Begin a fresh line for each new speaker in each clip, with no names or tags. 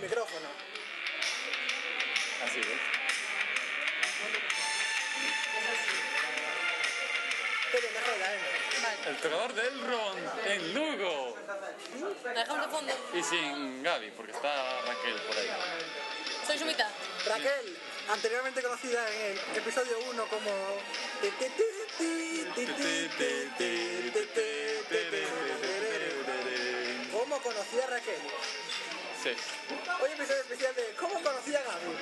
micrófono.
Así es.
Pero no jodas, ¿eh?
El trovador del Ron en Lugo.
Dejamos de fondo.
Y sin Gaby, porque está Raquel por ahí.
Soy Sumita.
Raquel, anteriormente conocida en el episodio 1 como... ¿Cómo conocí a Raquel?
Sí.
Hoy episodio especial de ¿Cómo conocí a Gaby?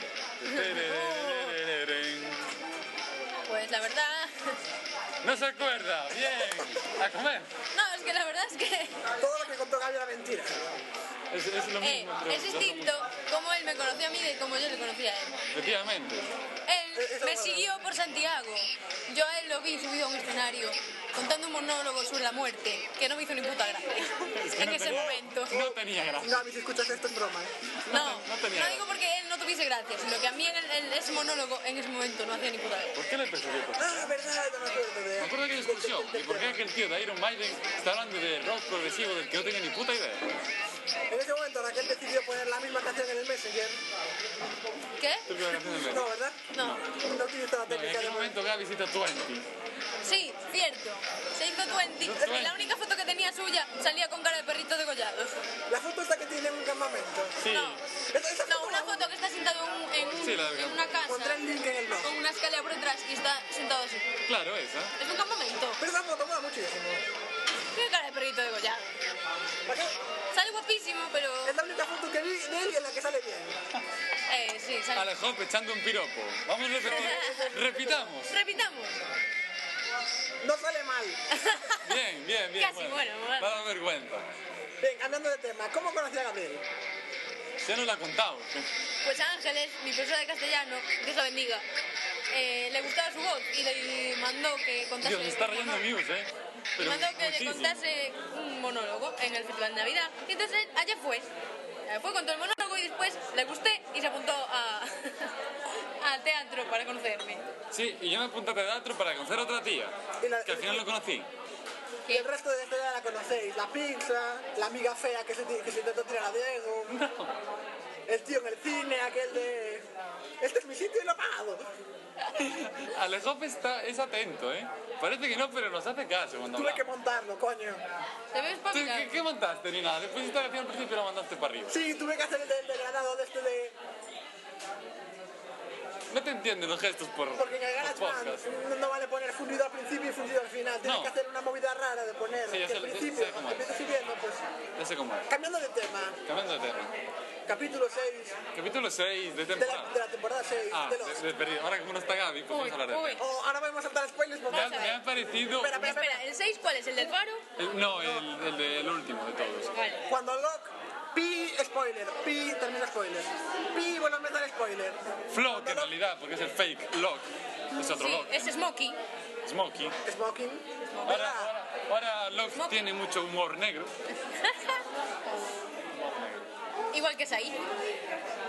Pues la verdad.
No se acuerda. Bien. A comer.
No, es que la verdad es que.
Todo lo que contó Gaby era mentira.
Es, es lo
Eh,
mismo. pero-
es distinto cómo él me conoció a mí de cómo yo le conocí a él.
Efectivamente.
Él me siguió por Santiago. Yo a él lo vi subido a un escenario contando un monólogo sobre la muerte que no me hizo ni puta gracia en
no
ese
tenía-
momento.
No tenía gracia.
Gaby, si escuchas esto es broma, ¿eh?
No,
no tenía
no digo porque él no tuviese gracia, sino que a mí en el- en ese monólogo en ese momento no hacía ni puta gracia.
¿Por qué le perseguí?
Ah, verdad, no me acuerdo de
Me acuerdo de aquella discusión. ¿Y por qué aquel tío de Iron Maiden está hablando de rock progresivo del que no tenía ni puta idea?
En ese momento Raquel decidió poner la misma canción en el Messenger.
¿Qué?
Tú que vas a hacer el
No,
medio.
¿verdad?
No.
No utilizó la
No, en
técnica
aquel
de
momento Gaby cita 20.
Sí, cierto. Se hizo 20 y la única foto que tenía suya salía con cara de perrito degollado.
La foto esta que tiene en un campamento.
Sí.
No,
Esa, esa
no,
foto
una
la
foto que está sentado en, un- en un-
Sí, la de-
en una
pondré
casa
el link en el blog.
con una escalera por detrás y está sentado así.
Claro, esa.
Es un campamento.
Pero esa foto mola muchísimo.
Tiene cara de perrito degollado.
Raquel,
Sale guapísimo, pero...
Es la única foto que vi de él y en la que sale bien.
Eh, sí, sale...
Alejope echando un piropo. Vamos a repetir. Repitamos.
Repitamos.
No sale mal.
Bien, bien, bien.
Casi, bueno, bueno.
Daba vergüenza.
Bien, cambiando de tema. ¿Cómo conocí a Gabriel?
Ya nos la ha contado.
Pues a Ángeles, mi profesora de castellano, Dios la bendiga, eh, le gustaba su voz y le mandó que contase...
Dios, me está
un
rayando
monólogo.
Muse, ¿eh?
Le
Pero
mandó que le
muchísimo.
contase un monólogo en el Festival de Navidad. Y entonces allá fue. Allá fue con todo el monólogo y después le gusté y se apuntó a... al teatro para conocerme.
Sí, y yo me apunté a teatro para conocer a otra tía.
Y la-
Que al final lo conocí.
Y el resto de esta ya la conocéis. La pizza, la amiga fea que se, ti- que se intentó tirar a Diego, el tío en el cine, aquel de... Este es mi sitio y lo he pagado.
Alejope está, es atento, ¿eh? Parece que no, pero nos hace caso cuando
Tuve
hablamos.
que montarlo, coño.
¿Te ves
¿Tú qué,
para
qué mandaste ni nada? Después hiciste la canción al principio y la mandaste para arriba.
Sí, tuve que hacer el del degradado de este de...
No te entienden los gestos por,
Porque en el
por podcast.
GarageBand no- no vale poner fundido al principio y fundido al final. Tienes
No.
que hacer una movida rara de poner
Sí,
que
ya
al
sé- ya-
principio,
sé cómo
cuando
es.
empieza subiendo, pues...
Ya sé cómo es.
Cambiando de tema,
Cambiando de tema.
capítulo 6
Capítulo 6 de
de la,
temporada.
de la temporada 6
Ah,
de los...
de, de perdido. Ahora como no está Gaby, pues vamos a hablar de
Uy,
él.
uy.
Oh, ahora vamos a saltar spoilers porque...
Me ha,
Vamos a ver.
me ha parecido...
Espera, espera, espera.
Espera, ¿el 6 cuál es? ¿El del faro?
El- no, el, el, de- el último de todos.
Vale.
Cuando Locke... Pi, spoiler, pi, termina spoiler. Pi, vuelve a empezar spoiler.
Flock en realidad, porque es el fake Lock. Es otro
Sí, eh.
Lock.
es Smokey.
Smokey.
Smoking.
Ahora,
¿Verdad?
ahora, ahora Lock
Smokey.
tiene mucho humor negro.
Igual que Saí.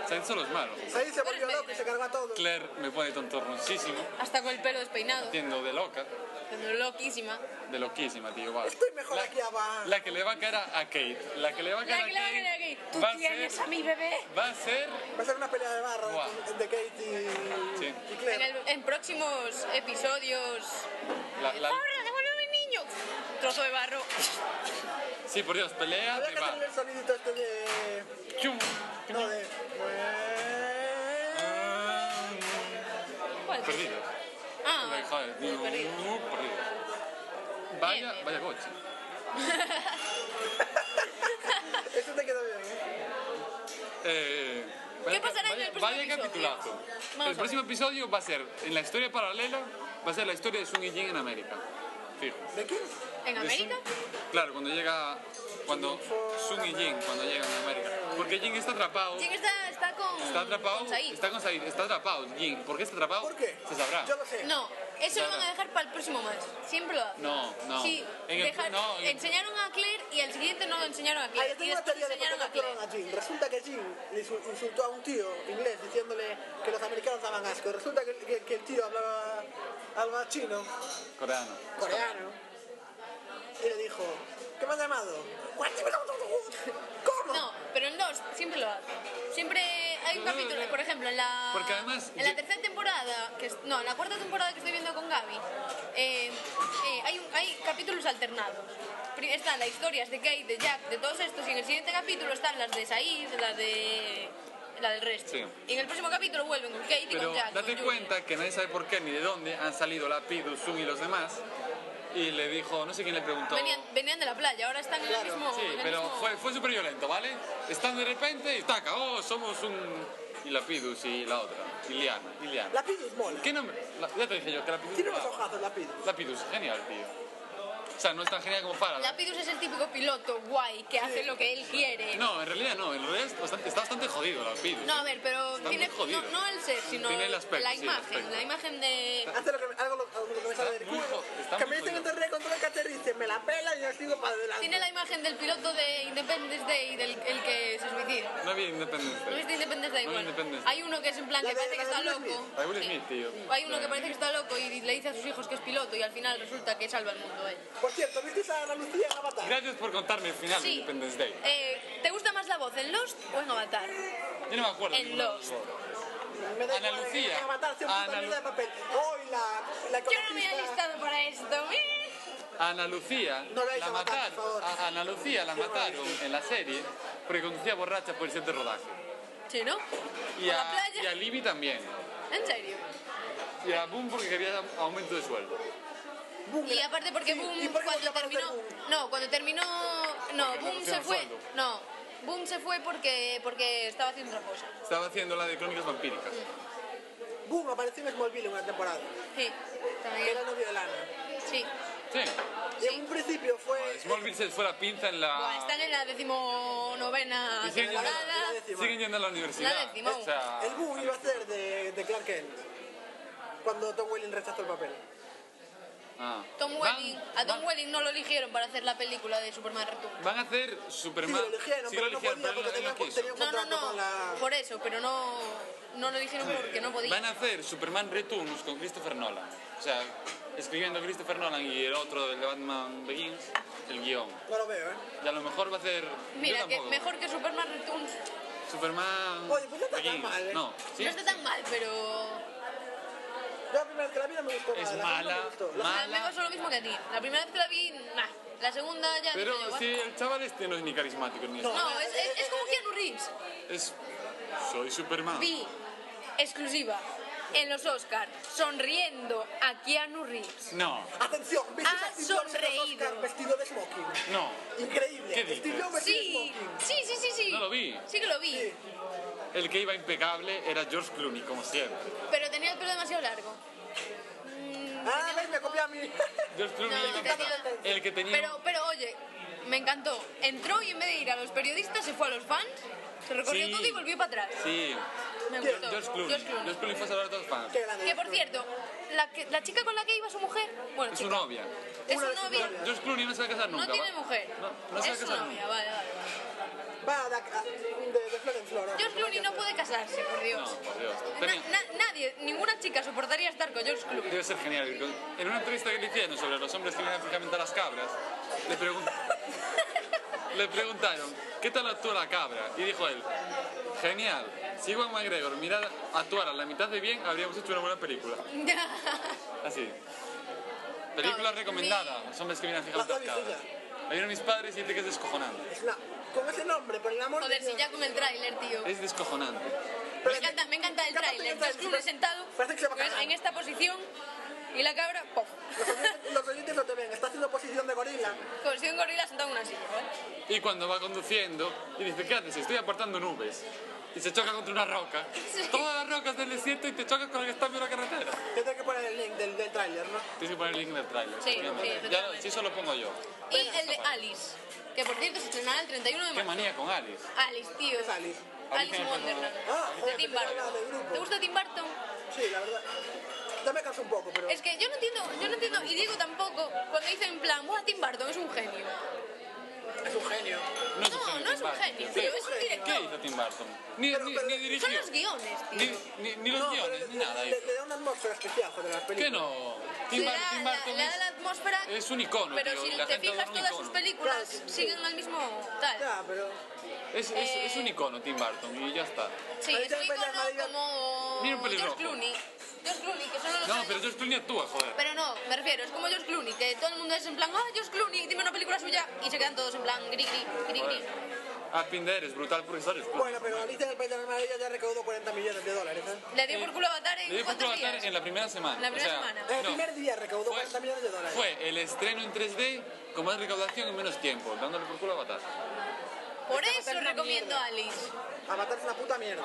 O sea, eso es malo.
Ahí se volvió
Pero es
Locke y se cargó a todos.
Claire me pone tontorroncísimo,
Hasta con el pelo despeinado.
tiendo de loca,
Pero loquísima.
de loquísima, tío. va.
Estoy mejor
La-
aquí abajo.
La que le va a caer a a Kate. La que le va a caer
La
a
que le va a
Kate.
ganar aquí. Tú
va a
tienes
ser-
a mi bebé.
Va a ser.
Va a ser una pelea de barra
Guau.
de Kate y,
Sí.
y
En,
Claire.
el- en próximos episodios.
La, la-
¡Ahora, devuelve a mi niño! Trozo de barro.
Sí, por Dios, pelea
Había
de
que hacerle
va.
el sonidito este de...
Chum.
No, de...
¿Cuál?
Perdido.
Ah,
Joder,
muy perdido.
perdido. Vaya,
bien.
vaya coche.
Este te quedó bien, ¿eh?
Eh, vaya-
pasará en
vaya-
el próximo
Vaya
episodio?
capitulazo.
Vamos
el
a
próximo episodio va a ser, en la historia paralela, va a ser la historia de Sun Yijin en América. Fijo.
¿De quién?
¿En
De Sun-
América?
claro, cuando llega... Cuando Sun y Jin, cuando llegan a América. Porque Jin está atrapado.
¿Quién está, está con.
Está atrapado.
con Said?
Está con Said. Está atrapado. Jin. ¿Por qué está atrapado?
¿Por qué?
Se sabrá.
Yo lo sé.
No, eso
No,
lo van
no.
a dejar para el próximo más. Siempre lo hacen.
No, no.
Sí,
En el-
dejar-
no, en-
enseñaron a Claire y al siguiente no lo enseñaron a
Ahí
Claire.
Ah, yo
Y
tengo una
después
teoría de por qué
enseñaron a Claire.
capturaron a Jim. Resulta que Jim le insu- insultó a un tío inglés diciéndole que los americanos daban asco. Resulta que, que- que el tío hablaba, hablaba chino,
Coreano.
coreano, y le dijo, ¿qué me has llamado? Hollywood? ¿Cómo?
No, pero el 2 siempre lo hace. Siempre hay un
No,
capítulo,
no.
por ejemplo, en la,
Ah, Porque además,
en la
yo-
tercera temporada, que es- no, en la cuarta temporada que estoy viendo con Gaby, eh, eh, hay, un- hay capítulos alternados. Pri- Están las historias de Kate, de Jack, de todos estos, y en el siguiente capítulo están las de Said, las de... la del resto.
Sí.
Y en el próximo capítulo vuelven con Kate y
Pero
con Jack. con
date
Julia.
cuenta que nadie sabe por qué ni de dónde han salido la Pidu, Sun y los demás. Y le dijo, no sé quién le preguntó.
Venían, venían de la playa, ahora están en el
Claro.
mismo...
Sí,
en el
pero
mismo-
fue, fue súper violento, ¿vale? Están de repente y taca, oh, somos un. Y la Pidus y la otra. Y Liana, y Liana.
La Pidus mola.
¿Qué nombre? La- ya te dije yo que la Pidus.
Tiene unos
molaba.
ojazos la Pidus.
La Pidus es genial, tío. O sea, no es tan genial como Farah.
Lapidus es el típico piloto guay que hace lo que él quiere.
No, en realidad no, en realidad es bastante- está bastante jodido la Pidus.
No, a ver, pero
Está
tiene,
muy jodido.
no, no el ser, sino
Tiene el aspecto,
la
sí, el
imagen,
aspecto.
la imagen de...
Hace lo que, algo, lo, algo lo que me sale del
muy
culo.
jo- está
Que
muy
me dicen que
jodido.
te contra el caterrice, me la pela y yo sigo para adelante.
Tiene la imagen del piloto de Independence Day, del el que se suicida.
No había independencia.
¿No viste Independence Day?
No,
Bueno,
Independence Day.
hay uno que es en plan
La
que
de-
parece
la
que
de
está
Will
loco.
La de Will
Sí.
Smith, tío.
Hay uno que
La-
parece que está loco y le dice a sus hijos que es piloto y al final resulta que salva el mundo eh. él.
Por cierto, ¿viste a Ana Lucía en Avatar?
Gracias por contarme el final de
Sí.
Independence Day.
Eh, ¿Te gusta más la voz en Lost o en Avatar?
Yo no me acuerdo.
En
de ninguna de
Lost.
las dos.
Me da
Ana
igual, en-
Lucía.
En Avatar, siempre
Ana
una mierda de papel. Hoy la, la
Yo no me había
ecologista-
listado para esto.
Ana Lucía
No lo vais
la
a matar,
mataron.
por favor.
a Ana Lucía la
Sí, bueno,
mataron
sí.
en la serie porque conducía borracha por el set de rodaje.
Sí, ¿no?
Y
Por la
a,
playa.
y a Libby también.
¿En serio?
Y a Boom porque quería aumento de sueldo.
Boom,
Y
la-
aparte porque
Sí,
Boom
¿y por qué
cuando
no llamaron
terminó...
de Boom?
No, cuando terminó... No,
Porque le
Boom se
pusieron
fue...
sueldo.
No, Boom se fue porque, porque estaba haciendo otra cosa.
Estaba haciendo la de Crónicas Vampíricas.
Boom, apareció en Smallville en una temporada.
Sí,
Que
también.
era novio de Lana.
Sí.
Sí.
Y en un principio fue...
Smallville se fue la pinza en la...
Buah, están en la decimonovena
Y siguen yendo-
temporada.
La décima.
Siguen yendo a Ah. la universidad.
La décima,
O sea,
El boom iba a ser de, de Clark Kent. Cuando Tom Welling rechazó el papel.
ah.
Tom
Van-
Welling, a Tom
van-
Welling no lo eligieron para hacer la película de Superman Returns.
Van a hacer
Sí,
Superman.
lo eligieron,
Sí, lo
pero no
eligieron,
podía
pero
porque
él no
tenía,
quiso.
tenía un
No, no,
contrato
no,
con la...
por eso, pero no, no lo eligieron porque no
Van
podían.
a hacer Superman Returns con Christopher Nolan. O sea, escribiendo Christopher Nolan y el otro del de Batman Begins, el guión.
No lo veo, ¿eh?
Y a lo mejor va a hacer. yo
Mira, que
tampoco.
mejor que Superman Returns
Superman.
Oye, pues no está tan
Begins.
mal, ¿eh?
No, sí.
no está tan mal, pero...
Yo la primera vez que la vi no me gustó
Es
nada, la segunda
mala,
me gustó. La-
mala.
A mí me pasó lo mismo que a ti. La primera vez que la vi, nah. La segunda ya...
Pero
dije, "What?".
sí, el chaval este no es ni carismático ni
No.
No, es, es- es como Keanu Reeves.
Es. Soy Superman.
Vi, exclusiva, en los Oscars, sonriendo a Keanu Reeves.
No,
Atención, viste
Ha
a Steve Jobs en los
sonreído.
Oscar vestido de smoking.
no.
Increíble.
¿Qué dices?
Steve Jobs vestido
Sí,
de smoking.
sí, sí, sí, sí.
No lo vi.
Sí que lo vi,
Sí.
El que iba impecable era George Clooney, como siempre.
pero tenía el pelo demasiado largo.
Ah, ves, me copió a mí.
George Clooney
No,
iba
tenía-
impecable. El que tenía.
Pero, pero oye, me encantó. Entró y en vez de ir a los periodistas se fue a los fans, se recorrió
Sí.
todo y volvió para atrás.
Sí,
Me
¿Quién?
gustó.
George Clooney.
George Clooney.
George Clooney fue a saludar a todos los fans.
Qué grande.
Que por cierto, la, que- la chica con la que iba su mujer, bueno,
Es su
chica,
novia.
es
Una
su
de sus
novia.
novias.
George Clooney no se va a casar
No
nunca.
tiene
va.
mujer.
No, no se va a
es su
casar nunca.
novia, vale, vale.
Va, de, de, de flor en flor. ojo,
George Clooney no puede casarse, por Dios.
No, por Dios.
Na-
Tenía-
na- nadie, ninguna chica soportaría estar con George Clooney.
Debe ser genial. En una entrevista que le hicieron sobre los hombres que vienen fijamente a las cabras, le, pregun- le preguntaron, ¿qué tal actúa la cabra? Y dijo él, genial. Si Juan McGregor mirara, actuara la mitad de bien, habríamos hecho una buena película. Así. Película
No,
recomendada, los hombres que vienen fijamente a las
¿La has visto
cabras. La vieron mis padres y dice que es descojonante.
Es una- con ese nombre, por el amor de
Joder,
Dios.
si ya con el tráiler, tío.
Es descojonante.
Me encanta, me encanta el
Capaz
tráiler.
tenía
George Clooney
tráiler.
sentado
Parece que se va a
¿ves?
cagar.
en esta posición y la cabra, ¡pum!
Los oyentes- Los oyentes no te ven, está haciendo posición de gorila.
Como si un gorila sentado en una silla, ¿vale?
Y cuando va conduciendo y dice, ¿qué haces? Estoy apartando nubes. Y se choca contra una roca.
Sí.
Todas las rocas del desierto y te chocas con el que está en la carretera.
Tendré que poner el link del, del tráiler, ¿no?
Tienes que poner el link en el trailer.
Sí, sí, totalmente.
si eso lo pongo yo.
Y el de Alice, que por cierto se estrenará el 31 de
Qué
marzo.
manía con Alice.
Alice, tío.
Es Alice.
Alice
Alice
in
en
Wonderland.
Ah,
De
joder,
Tim
pensé que hablaba del
Burton.
grupo.
¿Te gusta Tim Burton?
Sí, la verdad. Ya me canso un poco, pero...
Es que yo no entiendo, yo no entiendo, y digo tampoco, cuando dicen en plan, ¡buah, Tim Burton es un genio!
es un genio.
No es un
No,
genio.
no es
Tim
un
Burton.
genio,
¿Qué-
pero es un
¿Qué
director.
hizo Tim Burton? Ni,
Pero-
ni-
pero-
ni
son
dirigió.
Son los guiones,
Ni,
tío.
ni- ni los guiones, ni
le-
nada.
Le,
hizo.
le da una atmósfera especial, joder, a las
¿Qué
películas.
no? Tim,
Le
Bur-
da-
Tim
la-
Burton
le da
es-
la atmósfera,
es un icono,
pero
tío,
si
la
te
gente adora
fijas,
un
todas
icono.
sus películas
Claro, sí.
siguen al mismo tal.
Ya, pero...
es, es- es un
Eh,
icono Tim Burton y ya está.
Sí,
Ahí pues,
es
ya
un
me llama,
icono
diga-
como
Mira un pelirrojo.
George Clooney. George Clooney, que solo los
No,
años-
pero George Clooney actúa, joder.
Pero no, me refiero, es como George Clooney, que todo el mundo es en plan, ah, George Clooney, dime una película suya, y se quedan todos en plan, gri, gri, gri, gri.
joder. Ah, Pinder es brutal porque sale.
Bueno, pero Alicia en el País de las Maravillas ya recaudó 40 millones de dólares, ¿eh?
Le dio por culo a Avatar
Le
en
dio por
cuántos
tratar
días.
en la primera semana.
La primera
o sea,
semana.
En el
no,
primer día recaudó
Fue-
40 millones de dólares.
Fue el estreno en 3D con más recaudación en menos tiempo, dándole por culo a Avatar.
Por
Avatar es
eso
una
recomiendo
mierda.
Alice.
Avatar es una puta mierda.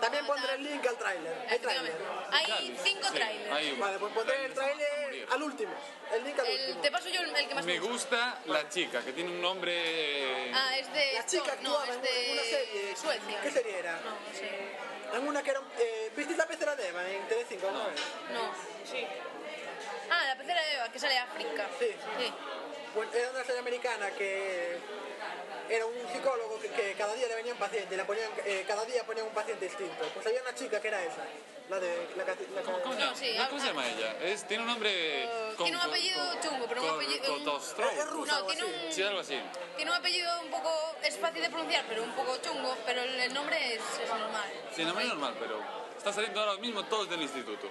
También pondré el link al tráiler. El tráiler.
Efectivamente. Hay
Trailers,
cinco
sí,
trailers.
hay uno.
Vale, pues pondré el tráiler
Morir.
al último. El link al
El-
último.
te paso yo el, el que más me
Me
gusta.
gusta la chica, que tiene un nombre... eh,
Ah, es de
La chica
Stone, no, este
actuaba en
es
una en una
de
serie.
Suecia.
¿Qué serie era?
No, sí.
En una que era... Eh, ¿Visteis la pecera de Eva en Telecinco? alguna vez?
No, sí. Ah, la pecera de Eva, que sale de África.
Sí. Bueno, Pues era una serie americana que era un psicólogo que, que cada día le venía un paciente, le ponían, eh, cada día ponían un paciente distinto. Pues había una chica que era esa, la de la, ca- la
¿Cómo,
ca-
cómo se
No,
llama?
sí, ah, Eh,
No, ¿cómo se llama ella? Es- tiene un nombre... con-
tiene un
con-
apellido
con-
chungo, pero un
con-
apellido-
con
un-
Tostrou.
Es rusa
No,
o
tiene
así.
un,
Sí, algo así.
tiene un apellido un poco. Es fácil de pronunciar, pero un poco chungo, pero el el nombre es, es normal.
Sí, nombre normal, pero... Está saliendo ahora mismo todos del instituto.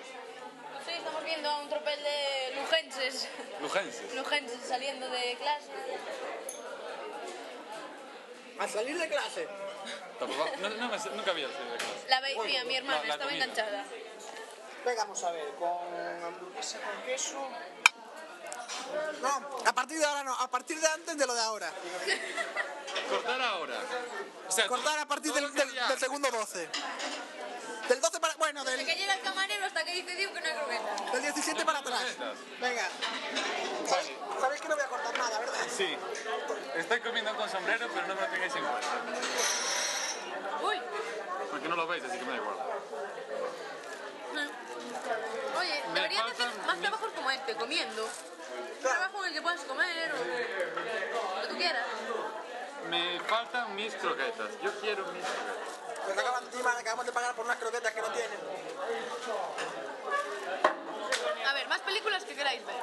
Sí, estamos viendo a un tropel de lujenses,
Lujenses.
lujenses saliendo de clase.
Al salir de clase,
Tampoco- No, no me sé- nunca había salido de clase.
La ve- mía, mi hermana,
la- la
estaba
comida.
enganchada.
venga, vamos a ver, con hamburguesa con queso. No, a partir de ahora no, a partir de antes de lo de ahora.
Cortar ahora. O sea,
Cortar a partir
todo
del,
lo que
del-
ya-
del segundo 12. Del 12 para. Bueno,
Desde
del,
que llega el camarero hasta que dice digo que no hay croquetas.
del 17 para atrás. Venga. ¿Sabéis, sabéis que no voy a cortar nada, ¿verdad?
Sí. Estoy comiendo con sombrero, pero no me lo tengáis en cuenta.
Uy,
Porque no lo veis, así que me da igual.
oye,
Me
deberían de hacer
faltan
más
mi-
trabajos como este, comiendo. Un
Claro.
trabajo en el que puedas comer o lo que tú quieras.
Me faltan mis croquetas. Yo quiero mis croquetas.
Nos acaban, encima acabamos de pagar por unas croquetas que no tienen.
A ver, más películas que queráis ver.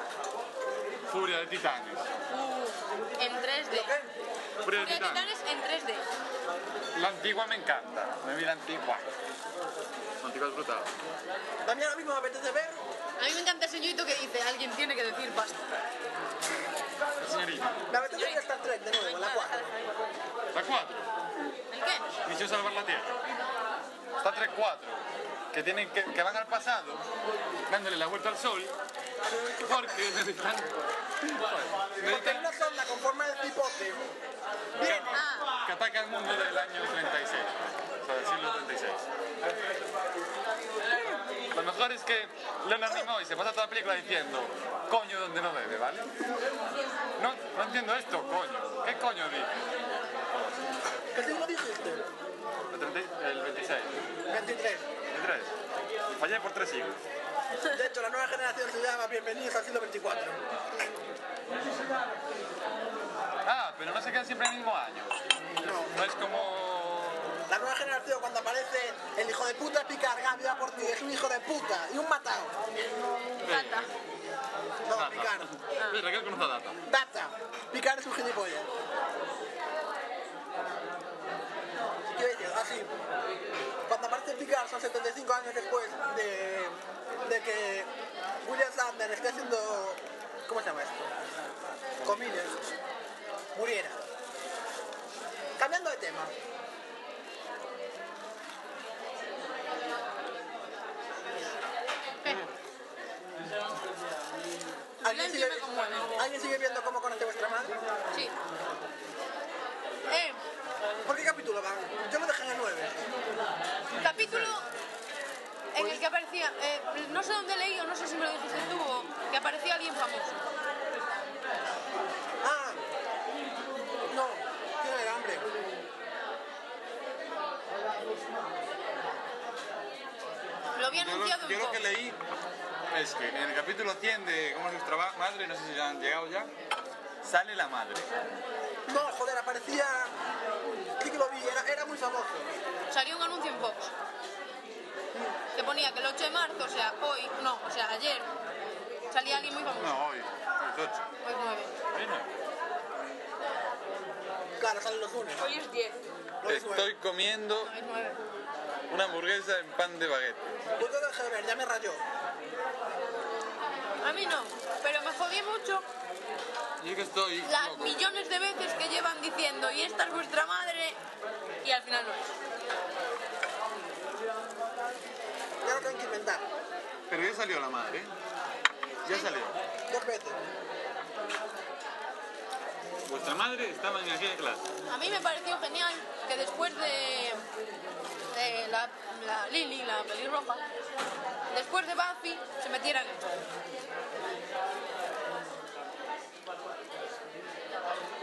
Furia de titanes.
Uh, En 3D.
Furia de
Furia de
titanes.
Titanes en 3D.
La antigua me encanta. Me vi la antigua. La antigua es brutal.
También ahora mismo me apetece ver.
A mí me encanta ese yuito que dice, alguien tiene que decir basta.
La señorita.
Me apetece ver Star Trek de nuevo, la 4.
La 4.
¿El qué?
Misión salvar la Tierra. Está 3-4. Que, tienen que, que van al pasado dándole la vuelta al sol porque necesitan...
Porque hay
necesitan
una sonda con forma de cipote. Bien.
Ah,
que ataca el mundo del año 36, o sea, del siglo 36. Lo mejor es que Leonard Nimoy se pasa toda la película diciendo, coño donde no debe, ¿vale? No, no entiendo esto, coño. ¿Qué coño dice?
¿Qué siglo dijiste?
El, 30 el 26,
23.
23. Fallé por tres siglos.
De hecho, la nueva generación se llama Bienvenidos al siglo 24.
Ah, pero no se quedan siempre en el mismo año.
No.
No es como...
La nueva generación cuando aparece el hijo de puta Picard, Gaby va por ti, es un hijo de puta y un matado.
Data.
No, Picard.
Ve, Raquel conoce la data.
Data. Picard es un gilipollas. Yo ello, así. Cuando aparece Picard son 75 años después de, de que William Sanders esté haciendo. ¿Cómo se llama esto? Comillas. Muriera. Cambiando de tema. ¿Alguien sigue,
Silencio me conmueve.
¿Alguien sigue viendo cómo conoce vuestra madre?
Sí. Eh,
¿Por qué capítulo van? Yo lo dejé en el 9.
capítulo en el que aparecía, eh, no sé dónde leí o no sé si me lo dijiste tú, o que aparecía alguien famoso.
Ah, no, tiene hambre.
Lo había
Yo lo,
anunciado
yo
en
lo
Fox.
que leí es que en el capítulo 100 de cómo es nuestra va- madre, no sé si ya han llegado ya, sale la madre.
No, joder, aparecía. Sí que lo vi, era, era muy famoso.
Salió un anuncio en Fox que ponía que el 8 de marzo, o sea, hoy, no, o sea, ayer, salía alguien muy famoso.
No, hoy. Hoy es 8.
Hoy es 9.
Claro, salen los lunes.
Hoy es 10.
Los
Estoy comiendo
No, es 9.
una hamburguesa en pan de baguette.
Pues Yo tengo que ver, ya me rayó.
A mí no, pero me jodí mucho
Y es que estoy
las
loco.
millones de veces que llevan diciendo y esta es vuestra madre y al final no es.
Ya lo tengo que inventar.
Pero ya salió la madre. ¿eh? Ya salió.
Dos veces.
Vuestra madre estaba en aquella clase.
A mí me pareció genial que después de, de la, la Lily, la pelirroja, después de Buffy se metieran en todo.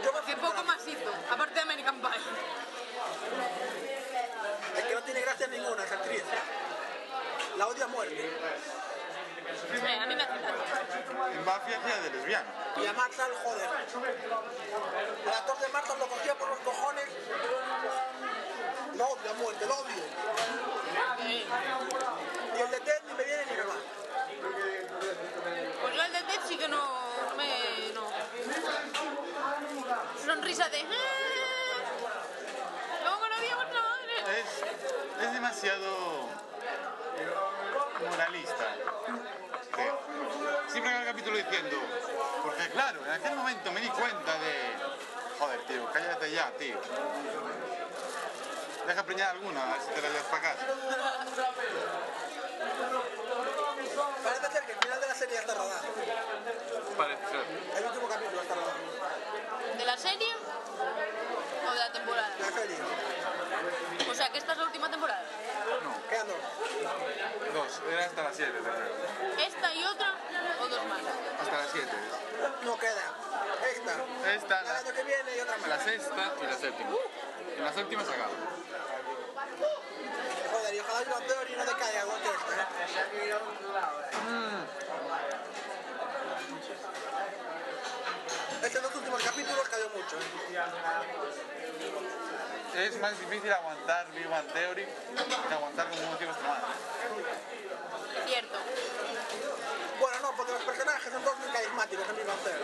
Yo me fui
Que poco
para-
más hizo, aparte de American Pie.
Es que no tiene gracia ninguna esa actriz. La odio a muerte.
Eh, a mí me hace gracia.
En Buffy hacía de lesbiano.
Y a Marshall, joder. El actor de Marshall lo cogía por los cojones. Lo odio a muerte, lo odio.
Eh,
Y el de Ted ni me viene ni me va.
Pues la de Ted sí que no, no me... no. Sonrisa de... "Ah". ¿Cómo conocí a vuestra madre?
Es, es demasiado moralista. creo. Siempre acaba el capítulo diciendo, porque claro, en aquel momento me di cuenta de, joder tío, cállate ya, tío. Deja preñar alguna, a ver si te la llevas para casa.
Parece ser que el final de la serie ya está rodado.
Parece ser.
El último capítulo está rodado.
¿De la serie o de la temporada?
La serie.
O sea, que esta es la última temporada.
Quedan dos.
Dos, era hasta las siete, creo.
Esta y otra o dos más.
Hasta las siete.
No queda. Esta.
Esta,
El
la,
año que viene y otra
la
más.
sexta y la séptima. En la séptima se acaba.
Joder, y ojalá yo anterior y no decaiga igual que esta. ¿eh?
Mm.
Estos dos últimos capítulos cayó mucho. ¿eh?
Es más difícil aguantar Big Bang Theory que aguantar como motivo vuestra madre.
Cierto.
Bueno, no, porque los personajes son todos muy carismáticos en mi parecer.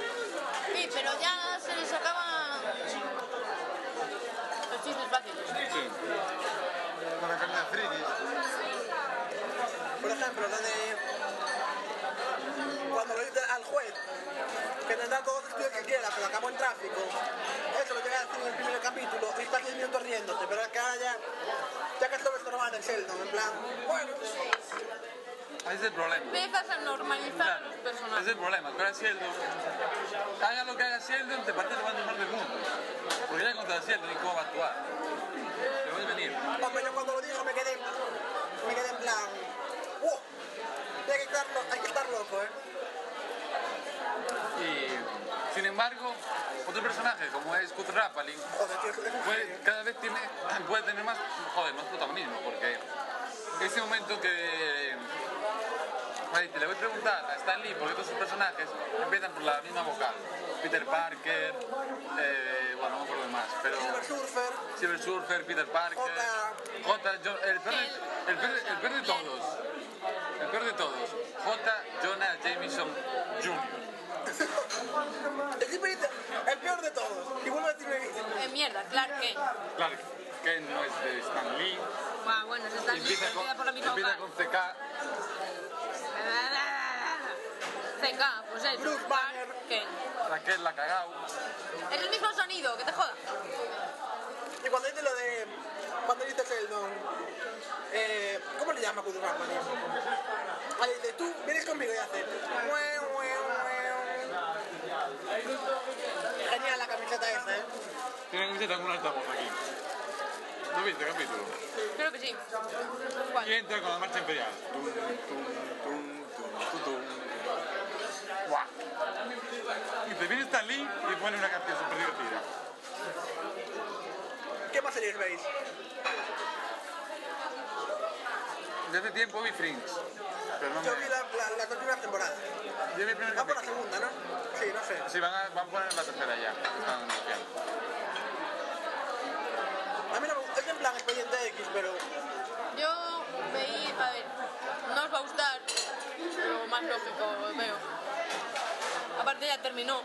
Sí, pero ya se les acaban los chistes fáciles.
Sí.
Con la carne de Fridis,
Por ejemplo, la de... Cuando le dice al juez que tendrá todos los estudios que quiera, pero acabó en tráfico. Eso lo llega a decir en el primer capítulo y está 10 minutos riéndose, pero acá ya... Ya que esto es normal en Sheldon, en plan... Bueno,
ese es el problema.
Empiezas a normalizar a los
Ese es
personajes.
el problema, pero ahora Sheldon, haga lo que haga Sheldon, te parte lo van a tomar del mundo. Porque ya contra Sheldon y cómo va a actuar. Te voy a venir.
hombre, yo cuando lo dijo me quedé... Me quedé en plan... ¡Wow! Hay que estar, lo- hay que estar loco, ¿eh?
Y, sin embargo, otro personaje como es Kurt Rapalin,
Joder, tío, es un
puede- cada vez tiene, puede tener más, joder, más protagonismo, porque ese momento que... Ahí te le voy a preguntar a Stan Lee porque todos sus personajes empiezan por la misma vocal. Peter Parker, eh, bueno, no me acuerdo de más, pero...
Silver Surfer...
Silver Surfer, Peter Parker,
Jota.
J, el, peor de, el, peor de- el peor de todos, el peor de todos, J. Jonah Jameson Jr.
El tipo dice, el peor de todos. Y vuelvo a decirme...
Eh, mierda, claro que.
Clark Kent no es de Stan Lee,
Buah, bueno, se están
empieza
listos,
con,
empieza por la misma
empieza
parte.
con CK,
Venga, pues es
Bruce Banner.
Ken.
Raquel la cagao,
Es el mismo sonido, que te joda.
Y cuando dice lo de... Cuando dice Sheldon... Eh, ¿Cómo le llama a Kudurman? Ahí dice, tú vienes conmigo y hace... "Mueu, mueu, mueu". Genial la camiseta esa, ¿eh?
Tiene camiseta con una altavoz aquí.
¿no viste el capítulo?
Creo que sí.
Y entra con la marcha imperial.
Tum, tum, tum, tum, tum, tum. Guau. Y te viene Stan Lee y pone una canción súper divertida.
¿Qué más series veis?
Desde hace tiempo vi Fringe, pero no me...
Yo vi la, la, la primera temporada.
Yo vi el primer
Va
capítulo.
por la segunda, ¿no? Sí, no sé.
Sí, van a, van a poner la tercera ya. que Están anunciando.
Expediente X, pero
Yo veí, a ver, no os va a gustar, lo más lógico veo. Aparte ya terminó.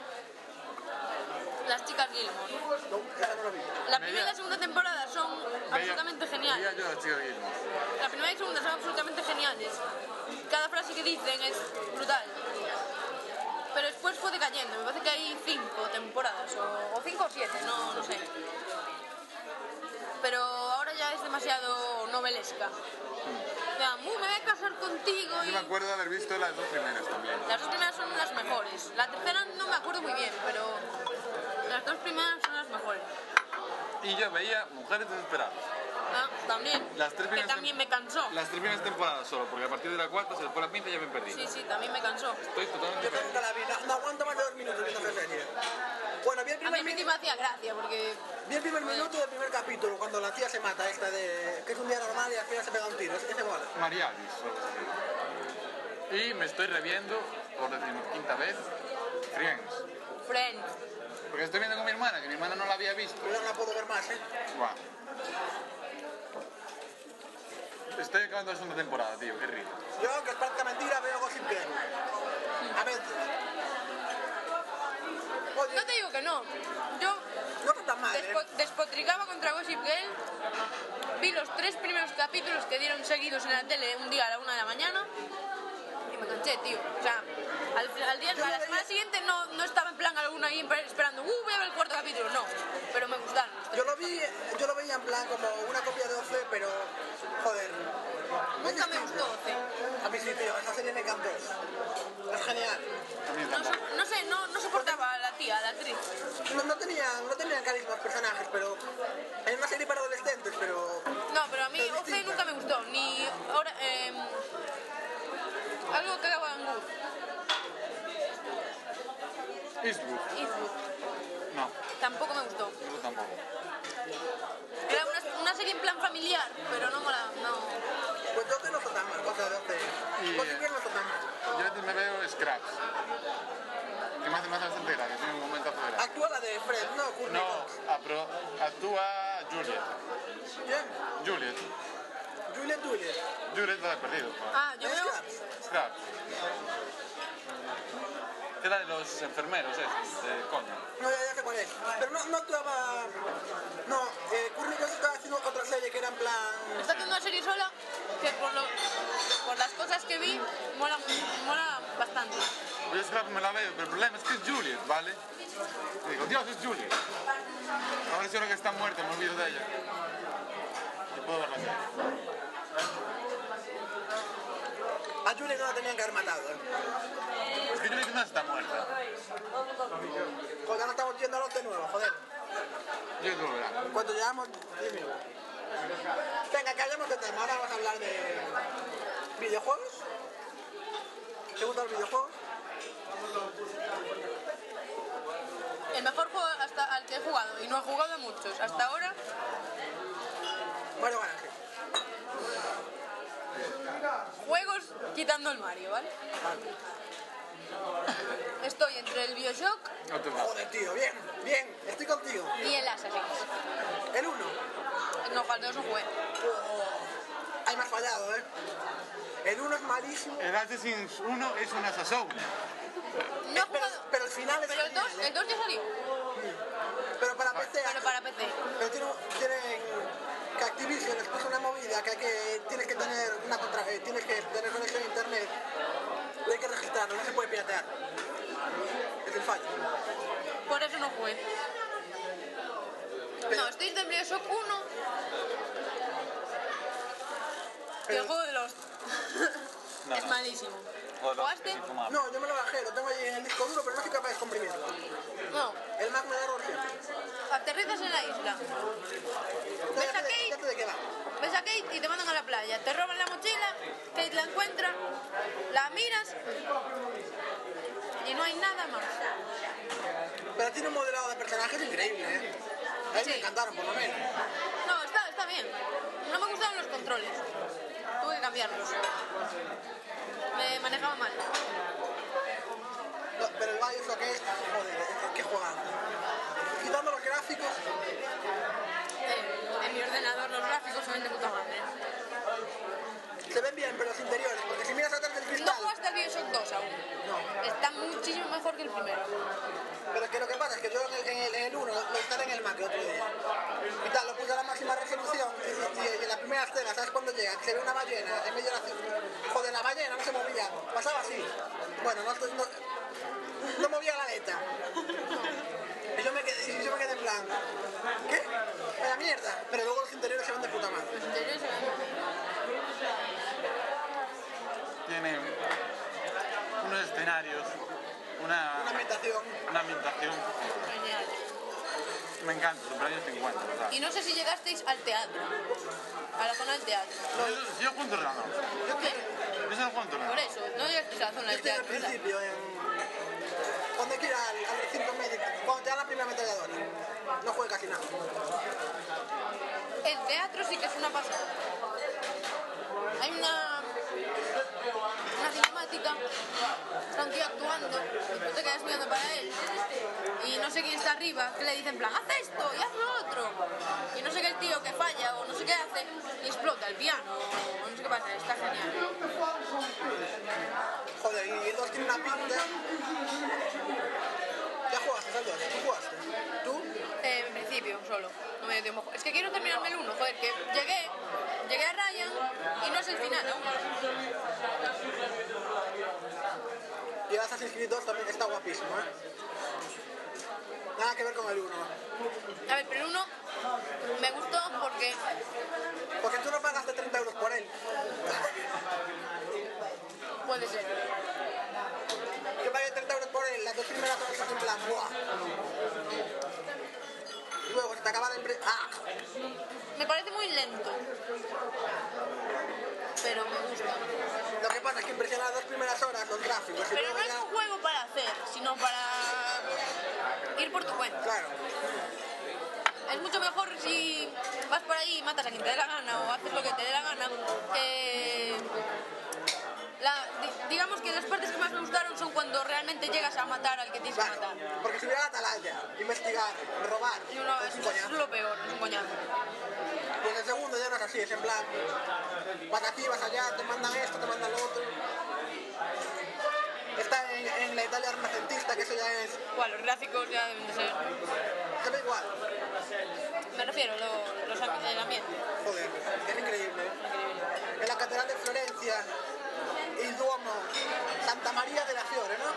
Las chicas Gilmore.
no, esa no lo vi.
La
Veía-
primera y la segunda temporada son absolutamente
Veía
geniales.
yo a los chicos Gilmore.
La primera y la segunda son absolutamente geniales. Cada frase que dicen es brutal. Pero después fue decayendo. Me parece que hay cinco temporadas, o, o cinco o siete, no, no sé. Pero ahora ya es demasiado novelesca. O sea, "Mu, me voy a casar contigo
Yo me
y...
acuerdo de haber visto las dos primeras también.
Las dos primeras son las mejores. La tercera no me acuerdo muy bien, pero las dos primeras son las mejores.
Y yo veía Mujeres Desesperadas.
Ah, también.
Las tres
que
primeras
también me cansó.
Las tres primeras temporadas solo, porque a partir de la cuarta se le fue la pinta y ya me perdí.
Sí, sí, también me cansó.
Estoy totalmente
Yo
perdido.
nunca la vi, no, no aguanto más de dos minutos viendo esa serie. Bueno, vi el
A mí
primer,
al principio
minuto,
me hacía gracia porque
vi el primer minuto del primer capítulo, cuando la tía se mata, esta de que es un día normal y al final se pega un tiro, ese ese mola.
María Alice, o algo así. Y me estoy reviendo, por decimoquinta vez, Friends.
Friends.
Porque estoy viendo con mi hermana, que mi hermana no la había visto.
Yo no la puedo ver más, ¿eh?
Buah. Estoy acabando la segunda temporada, tío, qué rico.
Yo, que es parezca mentira, veo Gossip Girl. A veces. Oye,
No te digo que no. Yo
no está tan mal, ¿eh?
despo- despotricaba contra Gossip Girl. Vi los tres primeros capítulos que dieron seguidos en la tele un día a la una de la mañana. Y me canché, tío. O sea, al, al día,
Yo
a
no
la
veía-
semana siguiente no, no estaba en plan alguno ahí esperando, uh, voy a ver el cuarto capítulo. No, pero me gustaron. los tres.
Yo lo vi, yo lo veía en plan como una copia de OC, pero joder. muy
Nunca me
distinto.
gustó, o sea.
A mí sí, tío, esa serie me encantó. Es genial.
A mí
No,
tampoco.
so- no sé, no, no soportaba a la tía, a la actriz.
No, no tenían, no tenían carisma los personajes, pero es una serie para adolescentes, pero
No, pero a mí
Pero
OC
distinta.
nunca me gustó, ni ahora... em, algo que acaba en Good,
Eastwood,
Eastwood,
no,
tampoco me gustó.
eso tampoco.
Era una, una serie en plan familiar, pero no mola, no.
pues OC no Pues está tan mal, o sea, de OC.
Y-
Gossip Girl no está tan mal.
Yo antes me veo Scraps. Que me hace, me hace bastante gracia, tiene un momento afuera.
Actúa la de Fred, ¿no? Courtney
No,
Cox.
ah, pero actúa Juliet.
¿Quién?
Juliet.
Juliet Juliet.
Juliet la he perdido. joder.
Ah, yo
¿Es
veo...
Scraps?
Scraps. Que era de los enfermeros, estos, de coño.
No, ya, ya sé cuál es. Pero no, no actuaba... No, eh, Courtney Cox estaba haciendo otra serie que era en plan...
Está haciendo una serie sola que por, lo, por las cosas que vi, mola, mu- mola bastante.
Yo Scraps me la veo, pero el problema es que es Juliet, ¿vale? Y digo, Dios, es Juliet. Ahora sí, ahora que está muerta, me olvido de ella. Y puedo verla ya.
A Juliet no la tenían que haber matado, ¿eh?
Es que Juliet no está muerta.
Joder, ahora estamos yendo a los de nuevo, joder.
Juliet volverá.
Cuando llevamos 10 minutos. Venga, cambiamos de tema. Ahora vamos a hablar de videojuegos. ¿Te gustan los videojuegos?
El mejor juego hasta al que he jugado, y no he jugado a muchos, hasta ahora,
Mario Galaxy.
juegos quitando el Mario, ¿vale? Estoy entre el Bioshock
No te va.
Joder, tío, bien, bien, estoy contigo.
y el Assassin's.
El 1.
No, falta un juego.
Hay más fallado, ¿eh? El 1 es malísimo.
El Assassin's 1 es una Sassoon.
No he
Pero,
jugado.
pero el final es
Pero el 2,
genial, ¿eh?
el 2 ya salió.
Pero para PC...
Pero para PC.
Pero tienen, tienen que Activision les puso una movida que, hay que tienes que tener una contra, eh, tienes que tener conexión a internet y hay que registrarlo, no se puede piratear. Es el fallo.
Por eso no jugué.
Pero-
No, estoy entre el Bioshock 1 y
Pero-
el juego de los.
No,
es
no.
malísimo. ¿Jugaste?
No, yo me lo bajé, lo tengo ahí en el disco duro, pero no soy capaz de comprimirlo.
No.
El Mac me da error siempre.
Aterrizas en la isla,
Entonces,
¿Ves
ya sé de-
aquí?
ya sé de qué va.
ves a Kate y te mandan a la playa. Te roban la mochila, Kate la encuentra, la miras y no hay nada más.
Pero tiene un modelado de personajes increíble, ¿eh? A mí me
Sí.
encantaron, por lo menos.
No, está, está bien. No me gustaban los controles. Tuve que cambiarlos. Me manejaba mal.
No, pero el Bioshock lo que es, joder, es que juega. Quitando los gráficos,
Eh, En mi ordenador los gráficos se ven de puta madre.
Se ven bien, pero los interiores, porque si miras atrás del
No pues-
cristal.
jugaste al Bioshock 2 aún.
No,
Está muchísimo mejor que el primero.
pero que lo que pasa es que yo en el, en el 1 lo, lo instalé en el Mac el otro día. Y tal, lo puse a la máxima resolución y, y- y en las primeras escena, ¿sabes cuándo llega? Que se ve una ballena, en medio de la ci- Joder, la ballena no se movía, pasaba así. Bueno, no, no, no movía la aleta. Y yo me quedé, y yo me quedé en plan, ¿qué? Vaya mierda. Pero luego los interiores se van de puta madre.
Los interiores se ven.
Tiene unos escenarios, una,
Una ambientación.
una ambientación.
genial.
Me encanta, los años 50. o sea.
Y no sé si llegasteis al teatro. A la zona del teatro.
Yo, yo cuento ordenador.
Yo qué?
Yo solo cuento
Por
ordenador.
eso, no llegasteis a la zona
Yo
del
estoy al
teatro, ¿verdad?
principio en. Cuando hay que ir al, al recinto médico, cuando te dan la primera ametralladora. No juega casi nada.
El teatro sí que es una pasada. Hay una, una cinemática, está un tío actuando, y tú te quedas mirando para él, y no sé quién está arriba, que le dice en plan, haz esto y haz lo otro. Y no sé qué el tío que falla o no sé qué hace, y explota el piano, o no sé qué pasa, está genial.
Joder, y el 2 tiene una pinta. Ya jugaste, al 2, tú jugaste. Tú,
Eh, en principio, solo, no me dio tiempo. Es que quiero terminarme el uno, joder, que llegué, llegué a Ryan y no es el final aún.
y el Assassin's Creed 2 también está guapísimo, ¿eh? Nada que ver con el 1.
A ver, pero el uno me gustó porque
Porque tú no pagaste 30 euros por él.
puede ser.
Yo pagué 30 euros por él, las dos primeras horas en plan, ¡buah! Y Luego se te acaba la empresa. ¡Ah!
Me parece muy lento. Pero me gusta.
Lo que pasa es que impresiona las dos primeras horas los gráficos. y
Pero
luego
no es
ya-
un juego para hacer, sino para ir por tu cuenta.
Claro.
Es mucho mejor si vas por ahí y matas a quien te dé la gana o haces lo que te dé la gana. que la- di- digamos que las partes que más me gustaron son cuando realmente llegas a matar al que tienes que
Claro,
matar.
porque si hubiera la atalaya, investigar, robar,
Y uno
es
es,
un
es
coñazo.
lo peor, es un coñazo.
Pues el segundo ya no es así, es en plan, vas aquí, vas allá, te mandan esto, te mandan lo otro. Está en, en la Italia renacentista, que eso ya es,
Bueno, los gráficos ya deben de ser.
se ve igual.
Me refiero, lo- los, ambi- el ambiente.
Joder, es increíble. En la Catedral de Florencia, el Duomo, Santa María de la Fiore, ¿no?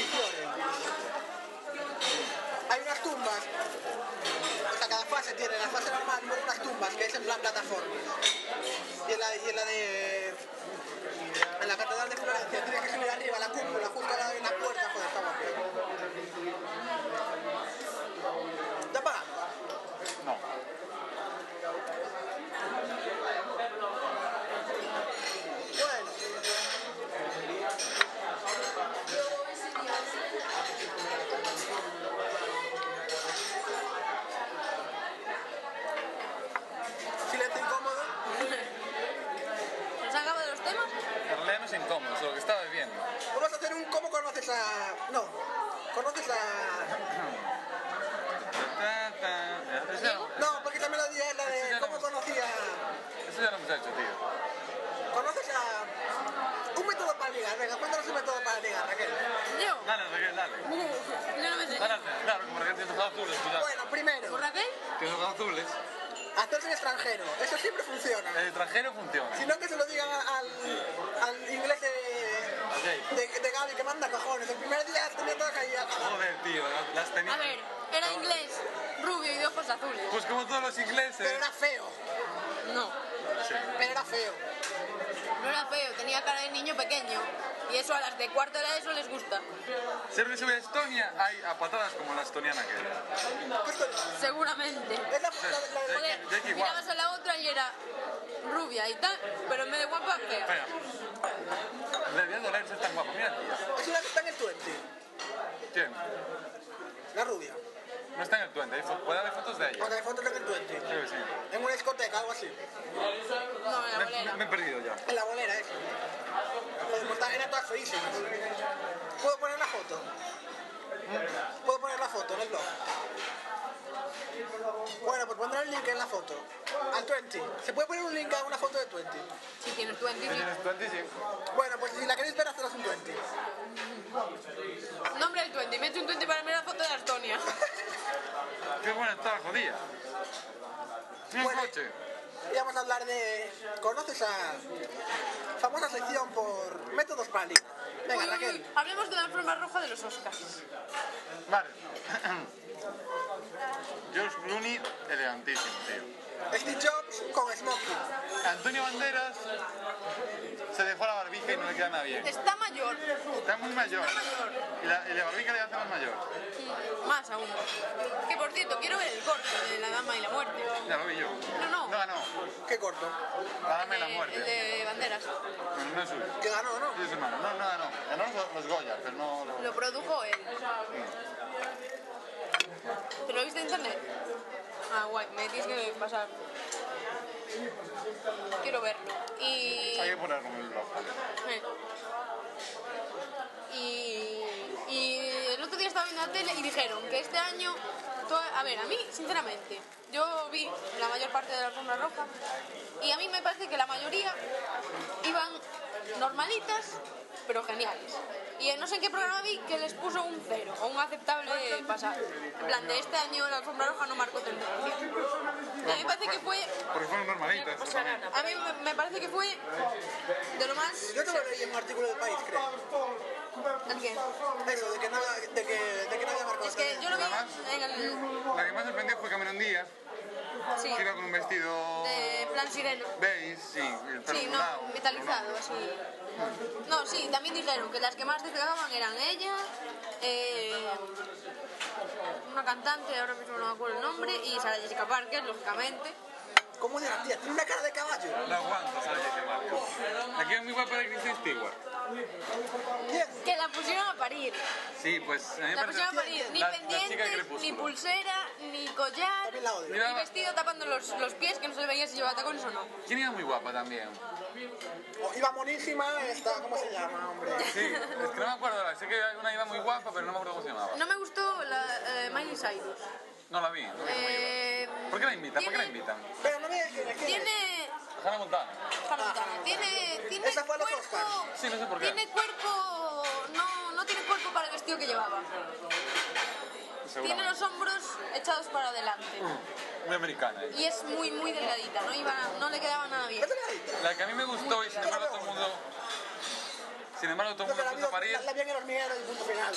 Y Fiore. Hay unas tumbas, o sea, cada fase tiene, en la fase normal, luego unas tumbas que es en plan plataforma. Y en la, y en la de... En la Catedral de Florencia tienes que subir arriba a la cúpula, justo al lado de una puerta, joder, está guapo. ¿Te apagas?
No.
Bueno. Silencio incómodo.
¿Nos han acabado los temas?
En realidad no es incómodo, es lo que estaba viendo.
Vamos a hacer un cómo conoces a. No. ¿Conoces a.?
Ta, ta. Eso ya, lo-
No, porque esa melodía es la de. ¿Cómo conocía?
eso ya lo hemos hecho, tío.
¿Conoces a.? Un método para ligar. Venga, cuéntanos un método para ligar, Raquel.
Yo.
Dale, Raquel, dale.
Yo no me enseñé.
Dale, claro, como Raquel tiene ojos azules, cuidado.
Bueno, primero,
¿Por Raquel?
Tiene ojos azules.
hacerse extranjero. Eso siempre funciona.
El extranjero funciona.
Si no, que se lo digan al, al inglés de,
Ok.
de, de Gaby, que manda cojones. El primer día tenía toda caída.
Joder, tío, las- las tenía.
A ver, era inglés, rubio y de ojos azules.
Pues como todos los
Pero
ingleses.
era feo,
No,
pero era feo.
no era feo, tenía cara de niño pequeño. Y eso a las de cuarto de la ESO les gusta.
Se resuelve a Estonia, hay a patadas como la estoniana que era.
¿Qué estoy?
Seguramente.
Es la, la- la-
Joder,
Ya que igual.
mirabas a la otra y era rubia y tal, pero en vez de guapa, fea.
Espera,
Debería doler ser tan guapo. Mira, tío.
es una que está en el 20,
¿Quién?
la rubia.
No está en el tuente. hay fo- Puede haber fotos de ella.
Porque de fondo está en el 20.
Creo que sí.
En una discoteca, algo así.
No, la
me,
bolera.
me he perdido ya.
En la bolera, eso. Joder, pues, eran todas feísimas. ¿Puedo poner la foto? ¿Puedo poner la foto en el blog? Bueno, pues pondré poner un link en la foto. Al 20. ¿Se puede poner un link a una foto de 20?
Si tienes 20, sí.
Tienes 20, sí.
Bueno, pues si la queréis ver, hacedlas un 20.
Nombre del 20. Me he hecho un 20 para ver la foto de Artonia.
Qué buena está la jodida. Tienes
Bueno.
coche.
Y vamos a hablar de. ¿Conoces a. famosa sección por métodos Pali? Venga,
Uy, uy, uy.
Raquel.
Hablemos de la forma roja de los Oscars.
Vale. George Clooney, elegantísimo, tío.
Steve Jobs con Smokey.
Antonio Banderas se dejó la barbija y no le queda nada bien.
Está mayor.
Está muy mayor. Y la, y la barbija le hace más mayor.
Mm, Más aún. Que por cierto, quiero ver el corte de la dama y la muerte.
Ya lo vi yo.
No, no.
No ganó.
Qué corto.
La dama y la
Eh, El
muerte.
de banderas.
No, no es suyo.
Que ganó, ¿no?
Sí, es hermano. No, no ganó. Ganó los, los Goya, pero no... Lo...
Lo produjo él. ¿Te lo viste en internet? Ah, guay, me tienes que pasar. Quiero verlo. Y.
Hay que ponerlo en el blog.
Eh. Y, y el otro día estaba viendo la tele y dijeron que este año, toda- a ver, a mí, sinceramente, yo vi la mayor parte de la alfombra roja y a mí me parece que la mayoría iban normalitas, pero geniales. Y eh, no sé en qué programa vi que les puso un cero o un aceptable pasar. En plan, de este año la alfombra roja no marcó 30%. Y a mí me parece que fue,
Porque fueron normalitas. eso también.
a mí me- me parece que fue de lo más...
Yo te lo leí en un artículo del país, creo.
¿El qué?
Eso, de que no, de que, de que no había marcado.
Es que yo lo vi
Además,
en el.
La que más sorprendió fue Cameron Díaz,
Sí,
que iba con un vestido
de plan sireno.
beige, sí, y el pelo
Sí,
colado.
no, metalizado, así. No, sí, también dijeron que las que más destacaban eran ella, eh, una cantante, ahora mismo no me acuerdo el nombre, y Sara Jessica Parker, lógicamente.
Como una tía, tiene una cara de caballo.
No aguanto, sale ese Mario.
Aquí es muy guapa la Kristen Stewart.
Bien.
Que la pusieron a parir.
Sí, pues a mí me
La
parece...
pusieron a parir. Ni
La- la chica de
pendientes, ni
Crepúsculo.
pulsera, ni collar,
También la odio.
Mira,
ni vestido tapando los, los pies, que no se le veía si llevaba tacones o no.
¿Quién era muy guapa también?
O- Iba monísima esta, ¿cómo se llama, hombre?
Sí, es que no me acuerdo, ahora. sé que una iba muy guapa, pero no me acuerdo cómo se llamaba.
No me gustó la eh, Miley Cyrus.
No la vi, no vi cómo iba.
Eh,
¿Por qué la invitan? ¿Por qué la
tiene-
invitan?
Pero no me ¿quién es?
Tiene.
Hannah Montana.
Hannah Montana, Tiene. Tiene
Ah, Esa fue a los
cuerpo.
Oscars.
Sí, no sé por qué.
Tiene cuerpo. No, no tiene cuerpo para el vestido que llevaba. Tiene
Seguramente.
los hombros echados para adelante.
Mm, Muy americana. ella.
Y es muy, muy delgadita. No, iba, no le quedaba nada bien.
¿Qué te la dices?
La que a mí me gustó y sin embargo todo el mundo... Sin embargo todo el
No,
mundo
pero
puso
la
a
vi-
parir
la- la vi en el hormiguero y punto final.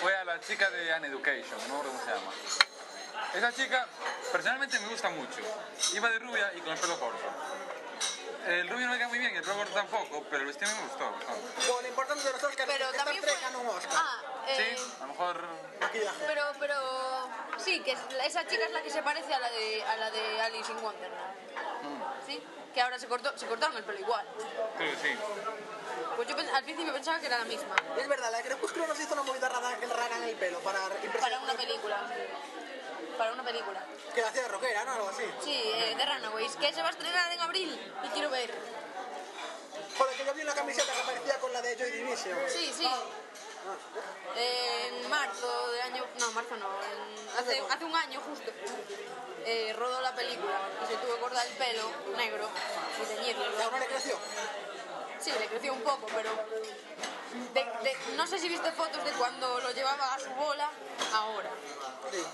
fue a la chica de An Education, no me acuerdo cómo se llama. Esa chica personalmente me gusta mucho. Iba de rubia y con el pelo corto. El rubio no me queda muy bien, el pelo corto tampoco, pero el vestido me gustó bastante.
Bueno, lo importante de los Oscars
Pero
es que
también
Star
fue.
Trek ganó un Oscar.
Ah, eh.
Sí, a lo mejor...
Maquillaje.
Pero, pero. Sí, que es- esa chica es la que se parece a la de, a la de Alice in Wonderland.
Mm.
¿Sí? Que ahora se, cortó, se cortaron el pelo igual.
Creo que sí.
Pues yo pens- al principio pensaba que era la misma.
Es verdad, la de Crepúsculo nos hizo una movida rara, rara en el pelo para
Para
impresionar
una película. Para una película.
que la hacía de rockera, ¿no? Algo así.
Sí, eh, de Runaways, que se va a estrenar en abril y quiero ver.
Joder, que yo vi una camiseta que parecía con la de Joy Division.
Sí, sí. En marzo del año. No, marzo no. en- hace, hace un año justo. eh, rodó la película y se tuvo que cortar el pelo negro y teñirlo.
Y aún no le creció.
Sí, le creció un poco, pero. de- de- no sé si viste fotos de cuando lo llevaba a su bola ahora.
Sí.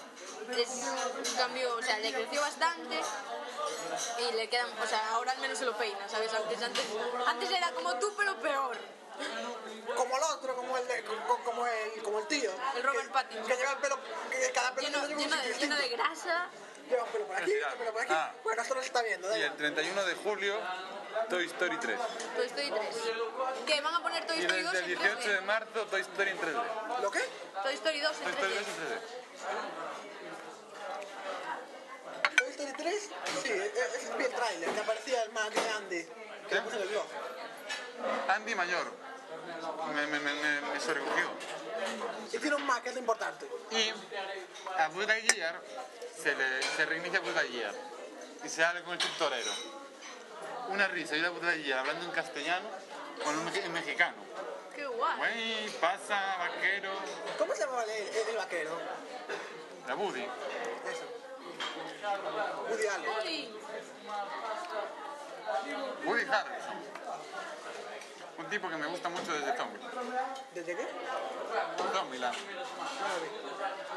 Es un cambio, o sea, le creció bastante y le quedan, o sea, ahora al menos se lo peina, ¿sabes? Antes, antes, antes era como tú, pero peor.
Como el otro, como el, de- como, como el, como el tío.
El Robert
que,
Pattinson.
Que lleva el pelo, que cada pelo
Lleno,
lleva un
lleno de,
sitio
lleno de
distinto.
grasa.
Lleva un pelo por aquí, otro pelo por aquí.
Ah.
Bueno, esto no se está viendo, da
Y el
igual.
31 de julio, Toy Story 3.
Toy Story 3. Que van a poner Toy
Y
Story 2
desde el
en
18 de
3D.
marzo, Toy Story en 3D.
¿Lo qué?
Toy Story 2
Toy
en
Story 2
3D.
en 3D.
¿Toy Story 3? Sí, e- e- ese es el trailer, que aparecía el más grande. Que le puse en el blog.
Andy Mayor. Me, me, me, me, me sobrecogió.
Y tiene un Mac, que es lo importante.
Y a Buzz Lightyear se, le, se reinicia Buzz Lightyear. Y se habla con el chip torero. Una risa y una Buzz Lightyear hablando en castellano con un meje- un mexicano.
Qué guay.
Güey, pasa, vaquero.
¿Cómo se llamaba el, el- el vaquero?
La Buddy.
Eso. Woody Allen.
Woody Harrelson. Un tipo que me gusta mucho desde Zombie.
¿Desde qué?
Zombieland.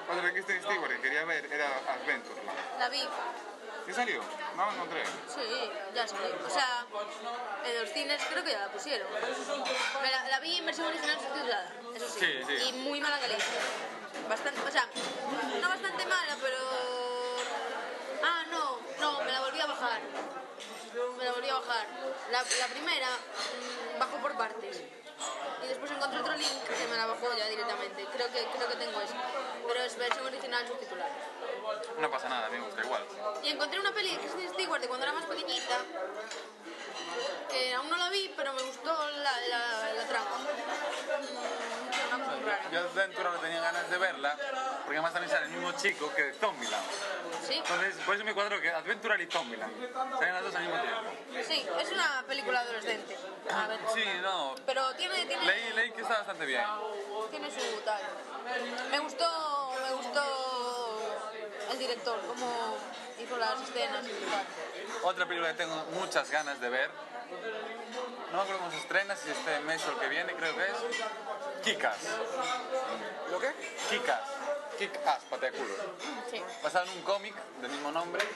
Otra de Kristen Stewart que quería ver era Adventureland.
La vi.
¿Sí salió? No la encontré.
Sí, ya salió. O sea, en los cines creo que ya la pusieron. Me la, la vi en versión original subtitulada, eso sí.
Sí, sí.
Y muy mala calidad. Bastante, o sea, no bastante mala, pero... Ah, no, no, me la volví a bajar. Me la volví a bajar. La, la primera mm, bajó por partes. Y después encontré otro link que me la bajó ya directamente. Creo que, creo que tengo eso. Pero es versión original subtitulada.
No pasa nada, me gusta igual.
Y encontré una peli de Kristen Stewart de cuando era más pequeñita, que aún no la vi, pero me gustó la, la, la trama. Mm, Una cosa rara.
Yo Adventureland tenía ganas de verla, porque además también sale el mismo chico que Zombieland.
¿Sí?
Entonces, por eso me cuadro que Adventureland y Zombieland. Salen las dos al mismo tiempo.
sí, es una película adolescente. A ver,
Sí, no.
pero tiene, tiene,
Leí, leí que está bastante bien.
tiene su tal. Me gustó, me gustó el director, cómo hizo las escenas y tal.
Otra película que tengo muchas ganas de ver. No me acuerdo cómo se estrena, si este mes o el que viene, creo que es. Kikas.
¿Lo qué?
Kikas. Kikas, pateaculos.
Sí,
Basado en un cómic del mismo nombre. Eh,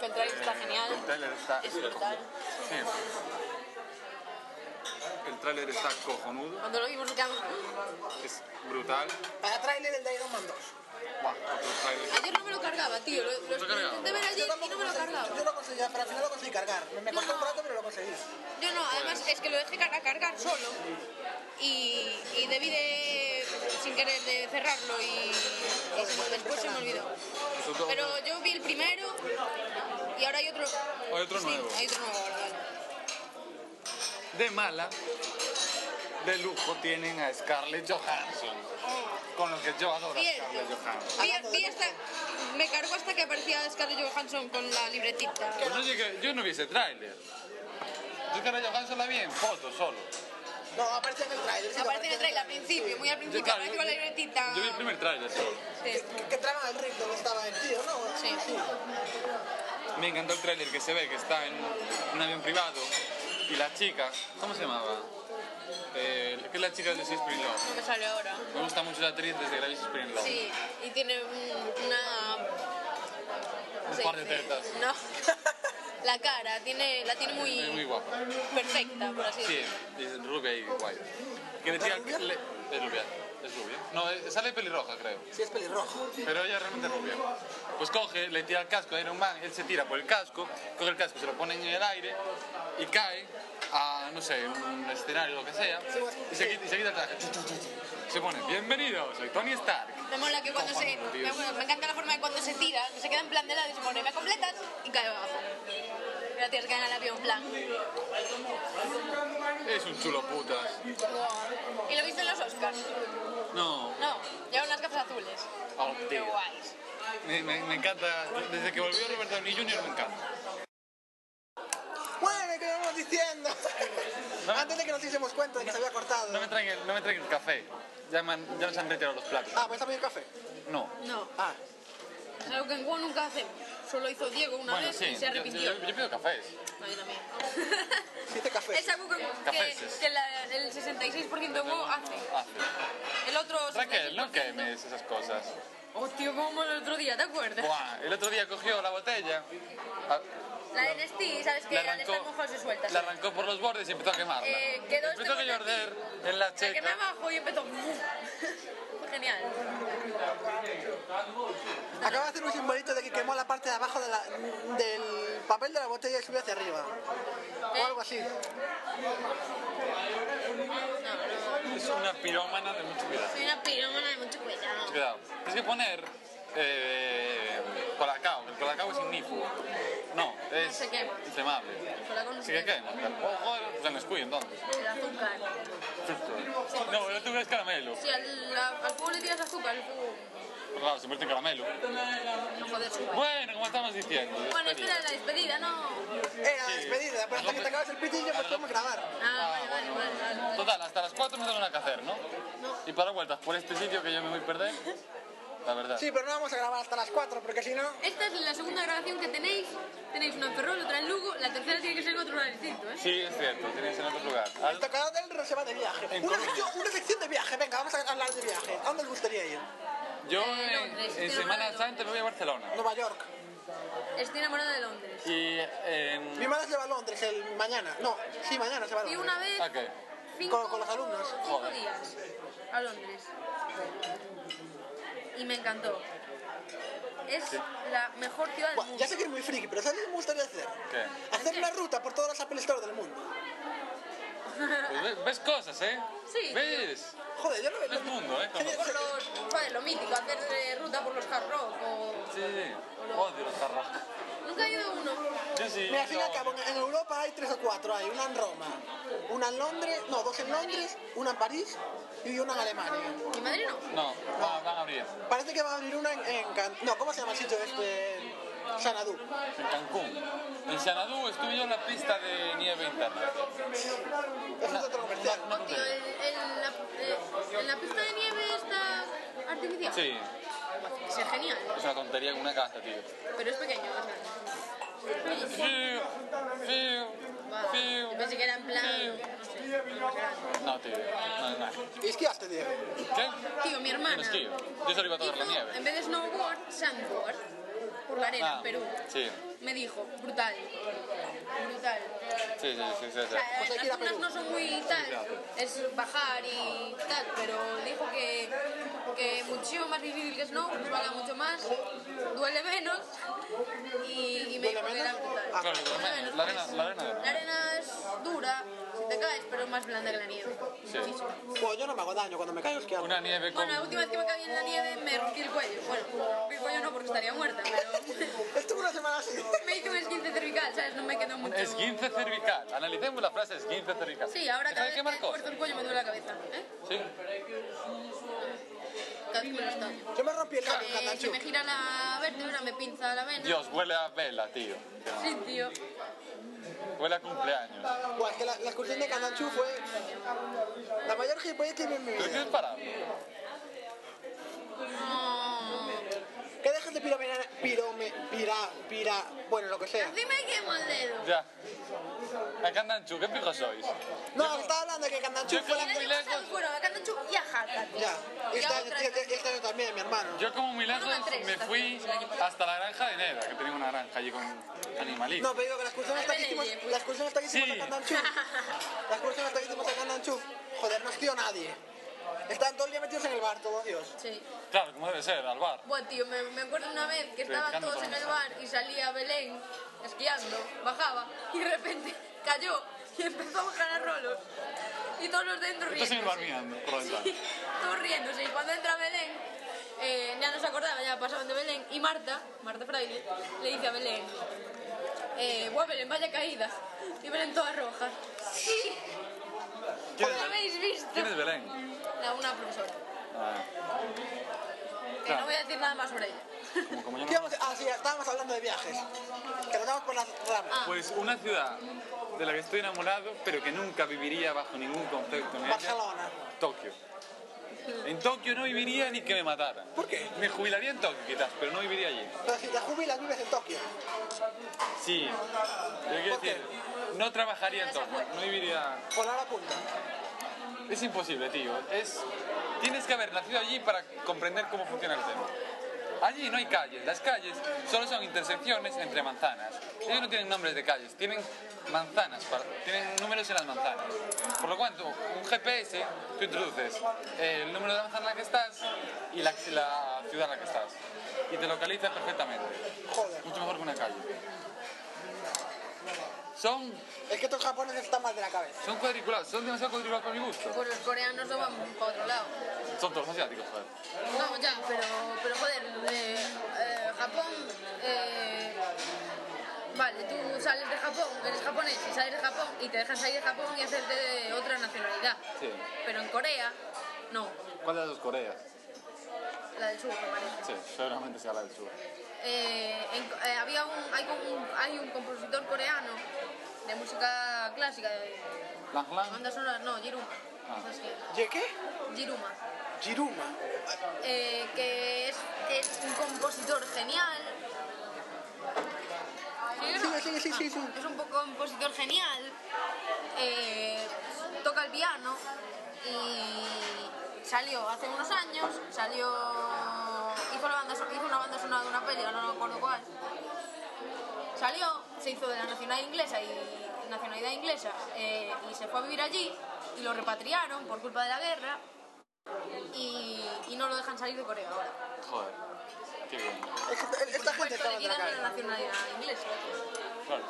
que el trailer está genial,
El tráiler está.
es brutal.
Sí. El tráiler está cojonudo,
Cuando lo vimos nos quedamos...
es brutal.
Para trailer el de Iron Man 2.
Buah, otro tráiler.
Ayer no me lo cargaba, tío, lo, lo-
¿Lo cargaba?
lo intenté ver ayer Ah, y no me lo cargaba.
Yo lo conseguí, pero al final lo conseguí cargar. Me, me costó
No.
un rato, pero lo conseguí.
Yo no, además es que lo dejé car- a cargar solo y, y debí de, sin querer de cerrarlo y, y se me- después se me olvidó.
Nosotros-
Pero yo vi el primero y ahora hay otro.
Hay otro
sí,
nuevo.
Hay otro nuevo, ahora, vale.
De mala, de lujo tienen a Scarlett Johansson. Con lo que yo adoro a
Bien.
Scarlett Johansson.
Vi, vi hasta, me cargó hasta que aparecía Scarlett Johansson con la libretita.
Pues no llegué- yo no vi ese tráiler. Yo Scarlett Johansson la vi en fotos solo.
No, aparece en el trailer. Sí,
Aparece en el trailer al principio, muy al
Yo,
principio,
claro,
aparece
yo-
con la libretita.
Yo vi el primer tráiler solo.
Sí.
Que, que traban el ritmo que estaba el tío, ¿no?
Sí.
Me encantó el tráiler que se ve que está en un avión privado y la chica, ¿cómo se llamaba? Eh, que es la chica de Spring Love.
No me sale ahora.
Me gusta mucho la actriz desde Grace Spring Love.
Sí, y tiene un- una... ¿cómo se
par de
dice?
tetas.
No. La cara, tiene, la tiene
Es muy
muy
guapa.
perfecta, por así
Sí,
decirlo.
es rubia y guay. Que decía
¿Es rubia?
que le- es rubia, es rubia. No, eh, sale pelirroja, creo.
Sí, es pelirrojo.
Pero ella realmente es rubia. Pues coge, le tira el casco a Iron Man, él se tira por el casco, coge el casco, se lo pone en el aire y cae a, no sé, un escenario o lo que sea. Y se quita, y se quita el traje. Tu, tu, tu, tu. Se pone, bienvenido, soy Tony Stark.
Me mola que cuando se... Me, mola- me encanta la forma de cuando se tira, que se queda en plan de lado y se pone, me completas y cae abajo. Y la tía se cae en el avión, en plan.
Es un chulo putas.
¿Y lo viste en los Oscars?
No,
No, lleva unas gafas azules.
oh,
Qué
tío.
guays.
Me, me- me encanta, desde que volvió Robert Downey Jr. me encanta.
Bueno, ¿qué vamos diciendo? Antes de que nos hiciésemos cuenta de que se había cortado.
No me traen el, no me traen el café, ya, me han- ya nos han retirado los platos.
Ah, pues a pedir café.
No.
No,
Ah,
es algo que en Go nunca hacemos. Solo hizo Diego una
Bueno,
vez
sí,
y se
yo,
arrepintió.
yo- yo pido cafés.
Ahí también.
hiciste este café.
Es algo que, que,
Cafés.
que la- el 66% de Go hace.
Hace.
El otro.
Raquel, no quemes esas cosas.
Oh, tío, como el otro día, ¿te acuerdas?
Buah, el otro día cogió la botella, a-
La de Nestí, ¿sabes qué?
la
Al estar
arrancó,
mojado se suelta.
la arrancó por los bordes y empezó a quemarla.
Eh, quedó este
empezó a
bote
llorar en la
La quemé
checa.
abajo y empezó. Fue Genial.
Acaba de hacer un simbolito de que quemó la parte de abajo de la- del papel de la botella y subió hacia arriba.
Eh.
O algo así.
Es una pirómana de mucho cuidado.
Soy una pirómana de mucho cuidado.
Cuidado. Tienes que poner eh, colacao. El colacao es ignífugo. No, es
se quema.
inflamable.
Solo con
Así que quema. Oh, joder, pues en el escudo entonces.
El azúcar.
No, el otro es caramelo.
Si al, la- al cubo le tiras azúcar, el cubo.
Pues Claro, se convierte en caramelo.
No joder, su madre.
Bueno, como estamos diciendo.
Bueno,
despedida.
espera la despedida, no.
Era la despedida, Eh, pero hasta que te acabas el pitillo, pues podemos grabar.
Ah, vale, vale, vale. vale.
Total, hasta las 4 no tengo nada que hacer, ¿no? Y para vueltas por este sitio que yo me voy a perder. la verdad.
Sí, pero no vamos a grabar hasta las 4 porque si no...
Esta es la segunda grabación que tenéis. Tenéis una en Ferrol, otra en Lugo. La tercera tiene que ser en otro lugar distinto, ¿eh?
Sí, es cierto, tenéis en otro lugar. Ah,
El tocador del Ro se va de viaje.
En
Una
Coruña.
sección, una sección de viaje, venga, vamos a hablar de viaje. ¿A dónde les gustaría ir?
Yo
Eh,
en,
Londres,
en
estoy
Semana
enamorado.
Santa me voy a Barcelona.
Nueva York.
Estoy enamorada de Londres.
Y en...
Mi madre se va a Londres el mañana. No, sí, mañana se va a
Fui
Londres.
una vez
¿A qué?
cinco,
Con- con los alumnos.
cinco
Joder.
días a Londres. Y me encantó. Es la mejor ciudad del
Buah,
mundo.
ya sé que es muy friki, pero ¿sabes qué me gustaría hacer?
¿Qué?
Hacer una ruta por todas las Apple Store del mundo.
Pues ve- ves cosas, ¿eh?
Sí.
¿Ves?
Joder, yo no
Es mundo, ¿eh?
Sería-
Por los, joder, lo mítico, hacer eh, ruta por los hard rock o...
Sí, sí. Odio los carros.
Nunca he ido a uno.
Yo sí.
Mira, al fin y al
no.
cabo, en- en Europa hay tres o cuatro. Hay una en Roma, una en Londres, no, dos en Londres, una en París y una en Alemania.
Mi madre no.
No, va- van a abrir.
Parece que va a abrir una en, en Can- No, ¿cómo se llama el sitio este? Sanadú.
En Cancún. En Xanadu estuve yo en la pista de nieve interna.
Es un centro comercial.
Una
Tío,
tontería.
en, en la, eh, en la pista de nieve está artificial.
Sí,
Es genial.
es una tontería con una casa, tío.
Pero es pequeño, o sea. Es pequeñísimo.
Fiu, fiu,
Vale. Yo
fiu.
pensé que era en plan... no sé, más grande.
No, tío, no es nada.
¿Y esquiaste, Diego?
¿Qué?
Tío, mi hermana...
Tienes que ir. Yo solo iba a tocar la
hizo,
nieve.
En vez de snowboard, sandboard. Por la arena,
Ah,
Perú.
Sí,
Me dijo, brutal. Brutal.
sí, sí, sí, sí,
O
sí.
sea,
Pues hay
las
que ir a
zonas
Perú.
no son muy tal, es bajar y tal, pero dijo que, que muchísimo más difícil que Snow, nos paga mucho más, duele menos y, y me dijo
¿Duele
que era
menos?
brutal. pues,
Ah,
claro, duele menos. La arena- la arena duele
La arena es dura, si te caes, pero es más blanda que la nieve.
Sí.
Muchísimo.
Pues yo no me hago daño cuando me caigo esquiando.
Una nieve con...
Bueno, la última vez que me caí en la nieve me rompí el cuello. Bueno, rompí el cuello no porque estaría muerta, pero
Estuve una semana así.
me hice un esguince cervical, ¿sabes? No me quedó mucho.
Esguince cervical. Analicemos la frase esguince cervical.
Sí, ahora
¿Sabes
cada vez
qué
que me
marcó?
corto el cuello me duele la cabeza. ¿eh?
Sí.
Cada vez que me lo estoy.
Yo me rompí el
Ah,
labio en
Eh, se
Catanchú.
me gira la vértebra, me pinza la vena.
Dios, huele a vela, tío.
Sí, tío.
Huele a cumpleaños.
Buah, es que la, la excursión de Catanchú fue la mayor gilipollez que vi en mi
¿Pero qué
vida.
es para?
No.
Que dejes de piromenar, pirome, pira, pira, bueno, lo que sea.
Encima me quemo el dedo.
Ya. Acá andan chu, ¿qué pijos sois?
No, estaba hablando de que Candanchú
Yo
fue la...
como- muy lejos.
Bueno, acá no chup y a Jácate.
Ya,
Y
este
a
año,
otra
este- este año también, mi hermano.
Yo como milagro
Fueron a tres
me fui hasta la granja de Neda, que tenía una granja allí con animalitos.
No, pero digo que la excursión hasta que hicimos, la excursión hasta que hicimos
Sí.
a Candanchú, la excursión hasta que hicimos a Candanchú, joder, no esquió nadie. Estaban todo el día metidos en el bar, todos Dios.
Sí.
Claro, como debe ser, al bar.
Bueno, tío, me, me acuerdo una vez que estaban
Predicando
todos en
con
el
eso.
bar y salía Belén esquiando, bajaba y de repente cayó y empezó a bajar a rolos. Y todos los dentro riendo.
Estás en el bar mirando, por la ventana.
Sí, todos riéndose. Y cuando entra Belén, eh, ya no se acordaba, ya pasaban de Belén. Y Marta, Marta Fraile, le dice a Belén, eh, guau, Belén, vaya caída. Y Belén toda roja. Sí,
¿Quién
lo
es, Belén?
habéis visto.
¿Quién es Belén?
La- una profesora.
Ah,
Eh,
Claro.
no voy a decir nada más sobre ella.
como, como yo
¿Qué
no...
íbamos- Ah, sí, estábamos hablando de viajes, que nos damos por las ramas.
Pues una ciudad de la que estoy enamorado, pero que nunca viviría bajo ningún concepto en ella,
Barcelona.
Tokio. En Tokio no viviría ni que me mataran.
¿Por qué?
Me jubilaría en Tokio quizás, pero no viviría allí.
Pero si te jubilas, vives en Tokio.
Sí. Yo quiero
¿Por qué?
decir, no trabajaría en Tokio, no viviría...
Por la hora punta.
Es imposible, tío. Es... Tienes que haber nacido allí para comprender cómo funciona el tema. Allí no hay calles. Las calles solo son intersecciones entre manzanas. Ellos no tienen nombres de calles, tienen manzanas, para- tienen números en las manzanas. Por lo cuanto, un GPS, tú introduces eh, el número de manzana en la que estás y la, la ciudad en la que estás. Y te localiza perfectamente.
Joder.
Mucho mejor que una calle. Son,
Es que estos japoneses están mal de la cabeza.
son cuadriculados, son demasiado cuadriculados para mi gusto.
Pues los coreanos no van para otro lado.
Son todos asiáticos, joder.
No, ya, pero, pero joder, eh, eh, Japón. eh, vale, tú sales de Japón, eres japonés y sales de Japón y te dejan salir de Japón y hacerte de otra nacionalidad.
Sí.
Pero en Corea, no,
¿Cuál de las dos Coreas?
la del sur, me parece.
Sí, seguramente sea la del sur.
Eh, en Co- eh, había un, hay, como un, hay un compositor coreano de música clásica, de
¿Lang Lang?
bandas sonoras, no, Jiruma.
Ah.
No sé,
¿Y qué?
Jiruma.
Chiruma.
eh, que es, es un compositor genial.
Sí, sí, sí, sí, sí.
Es un poco compositor genial. eh, toca el piano y salió hace unos años, salió hizo, la banda so- hizo una banda sonora de una peli, ahora no me acuerdo cuál. Salió, se hizo de la nacionalidad inglesa y nacionalidad inglesa eh, y se fue a vivir allí y lo repatriaron por culpa de la guerra y, y no lo dejan salir de Corea ahora.
Joder. Qué bien.
Es que esta- esta gente
Puesto
está de
le
la
quitan la
cabeza.
nacionalidad inglesa.
Claro.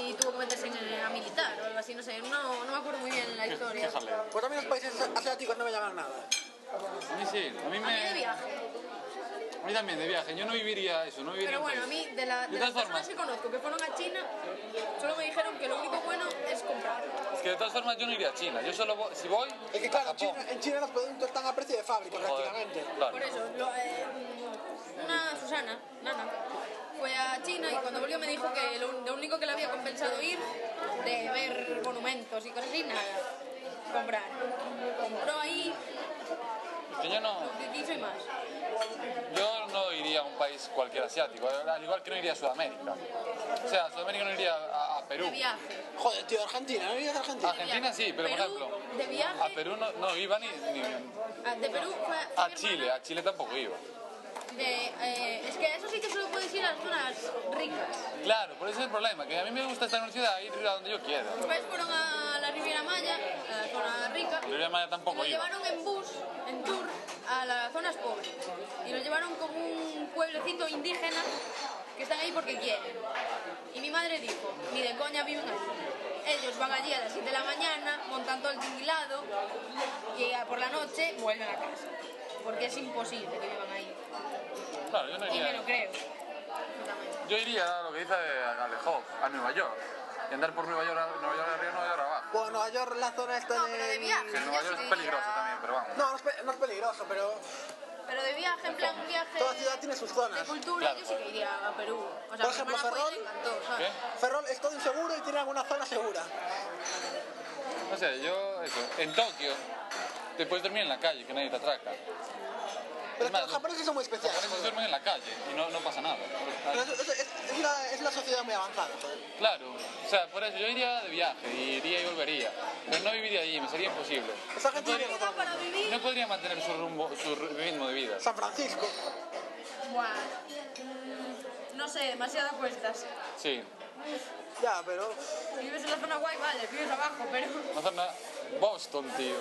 Y tuvo que meterse en a militar o algo así, no sé, no, no me acuerdo muy bien la
Qué,
historia.
qué jaleo.
Pues a mí los países asiáticos no me llaman nada.
A mí sí. A mí
A mí de
me.
viaje.
A mí también, de viaje. Yo no viviría eso, no viviría.
Pero
en
bueno, a
país.
mí de, la, de
De
las
todas
personas que conozco que fueron a China, solo me dijeron que lo único bueno es comprar.
Es que de todas formas yo no iría a China. Yo solo voy, si voy.
Es que
a
claro, en
Japón.
China, en China los productos están a precio de fábrica
Joder,
prácticamente.
Claro.
Por eso, lo- eh, una Susana, Nana, fue a China y cuando volvió me dijo que lo, lo único que le había compensado ir de ver monumentos y cosas así, nada, comprar. Compró ahí
Es que yo no.
dicho y más.
Yo no iría a un país cualquier asiático, al igual que no iría a Sudamérica. O sea, a Sudamérica no iría a, a Perú.
De viaje.
Joder, tío, Argentina, no vienes a Argentina.
Argentina sí, pero por
Perú,
ejemplo,
de viaje.
a Perú no, no iba ni, ni-
Ah, De Perú fue fue
A
mi
Chile,
hermana.
a Chile tampoco iba.
De, eh, es que eso sí que solo puedes ir a las zonas ricas.
Claro, por ese es el problema, que a mí me gusta estar en una ciudad, ir a donde yo quiera.
Mis padres fueron a la Riviera Maya, a la zona rica,
Yo ya
y lo
tampoco iba.
llevaron en bus, en tour, a las zonas pobres. Y lo llevaron con un pueblecito indígena que están ahí porque quieren. Y mi madre dijo, ni de coña viven ahí. Ellos van allí a las 7 de la mañana, montan todo el tinguilado, y a- por la noche vuelven a casa. Porque es imposible que vivan ahí.
Claro, yo no
Y me
iría.
lo creo. Totalmente.
Yo iría a lo que dice Alejo, a Nueva York. Y andar por Nueva York, a- Nueva York arriba, Nueva York abajo.
Bueno, Nueva York, la zona esta
No, pero de viaje.
Que en Nueva York
Yo sí
es
iría.
peligroso también, pero vamos.
No, no es, pe- no es peligroso, pero
Pero de viaje, en plan un viaje...
toda ciudad tiene sus
de
zonas.
cultura,
Claro.
yo sí que iría a Perú. O sea,
Por ejemplo,
mi hermana fue y le
Ferrol.
encantó, ¿sabes?
¿Qué?
Ferrol es todo inseguro y tiene alguna zona segura.
No sé, yo eso. En Tokio te puedes dormir en la calle, que nadie te atraca.
Pero es que
Además,
los japoneses son muy
Los
especiales.
japoneses duermen en la calle y no, no pasa nada.
Pero eso- eso es, es una, es una sociedad muy avanzada. pues. joder.
Claro, o sea, por eso yo iría de viaje, iría y volvería, pero no viviría allí, me sería imposible.
Esa gente
Mi
vive
vida para vivir...
No podría mantener su rumbo, su ritmo de vida.
San Francisco.
Buah. No sé, demasiadas cuestas.
Sí,
Ya, pero
Si vives en la zona guay, vale, vives abajo, pero...
no zona Boston, tío.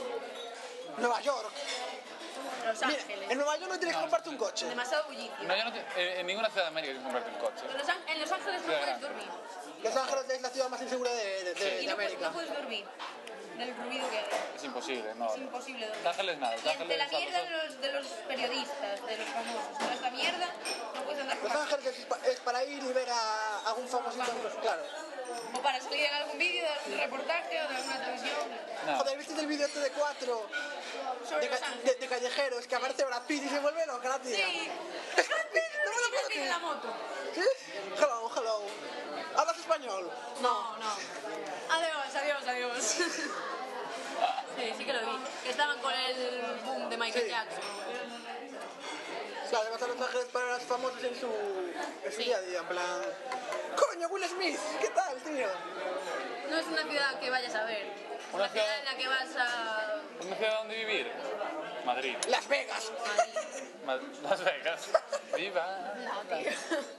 Nueva York.
Los
Mira, en
Ángeles.
Nueva York no tienes que comprarte un coche.
Demasiado bullicio.
No, yo no te- eh, en ninguna ciudad de América tienes que comprarte un coche.
En Los Án- en Los Ángeles
Ya,
no puedes
grande.
dormir.
Los Ángeles es la ciudad más insegura de, de- de-
Sí.
de
Y no puedes, no
América.
puedes dormir. Del ruido que hay.
Es imposible, no.
Es imposible dormir.
Los Ángeles nada, Los
Y entre la
Ángeles...
mierda de los, de los periodistas, de los famosos, toda esta mierda, no puedes andar por
Los
la
Ángeles es, pa- es para ir y ver a algún famosito. Claro.
O para salir en algún vídeo, de algún reportaje o de alguna televisión.
No.
Joder, ¿viste el vídeo este de cuatro?
Sobre
De,
Los
ca-
Ángeles.
de, de callejeros que aparece Brad Pitt y se vuelve loca la tía.
Sí.
No me lo puedo
tiene la
creer.
moto?
¿Qué? Hello, hello. ¿Hablas español?
No, no. Adiós, adiós, adiós. Sí, sí que lo vi. Que estaban con el boom de Michael
Sí.
Jackson.
Claro, además a Los Ángeles para las famosas en su, en su
Sí.
día a día, en plan... ¡Coño, Will Smith! ¿Qué tal, tío?
No es una ciudad que vayas a ver. Es
Una
una ciudad en la que vas a
¿Una ciudad donde vivir? Madrid.
Las Vegas.
Madrid.
Ma- Las Vegas. Viva.
No, tío.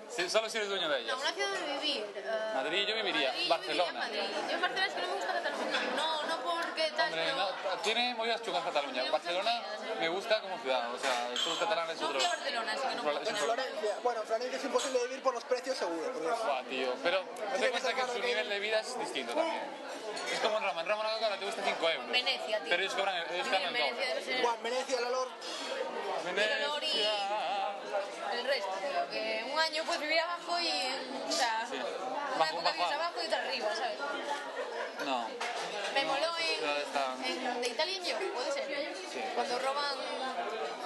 Sí, solo si eres dueño de
No,
ellas.
una ciudad de vivir. eh,
Madrid yo viviría.
Madrid, yo
Barcelona.
viviría en Madrid. Yo en Barcelona es que no me gusta Cataluña. No, no porque tal,
Hombre,
pero...
no, tiene movidas chungas Cataluña. Barcelona me gusta como ciudad, o sea, todos los catalanes
No
otro.
fui a Barcelona, así que no
Vale,
puedo
sí,
En
opinar.
Florencia. Bueno, en Florencia es imposible vivir por los precios, seguro. porque-
Buah, tío. Pero
Tiene
te cuenta
que
que
sacar lo
su
que
nivel
hay.
de vida es distinto también. Es como en Roma. En Roma ahora te cuesta 5 euros.
Venecia, tío.
Pero ellos cobran ellos
Vivir en
ganan el
Venecia
doble.
debe ser
Juan, Venecia, el olor...
olor y-
Venecia.
el resto, tío. Que un año puedes vivir abajo y... en- O sea,
Sí.
una
Bajo,
época vives
bajo.
abajo y otra arriba, ¿sabes?
No.
Me moló
Claro, está.
en, en- de Italia en yo, puede ser. Cuando roban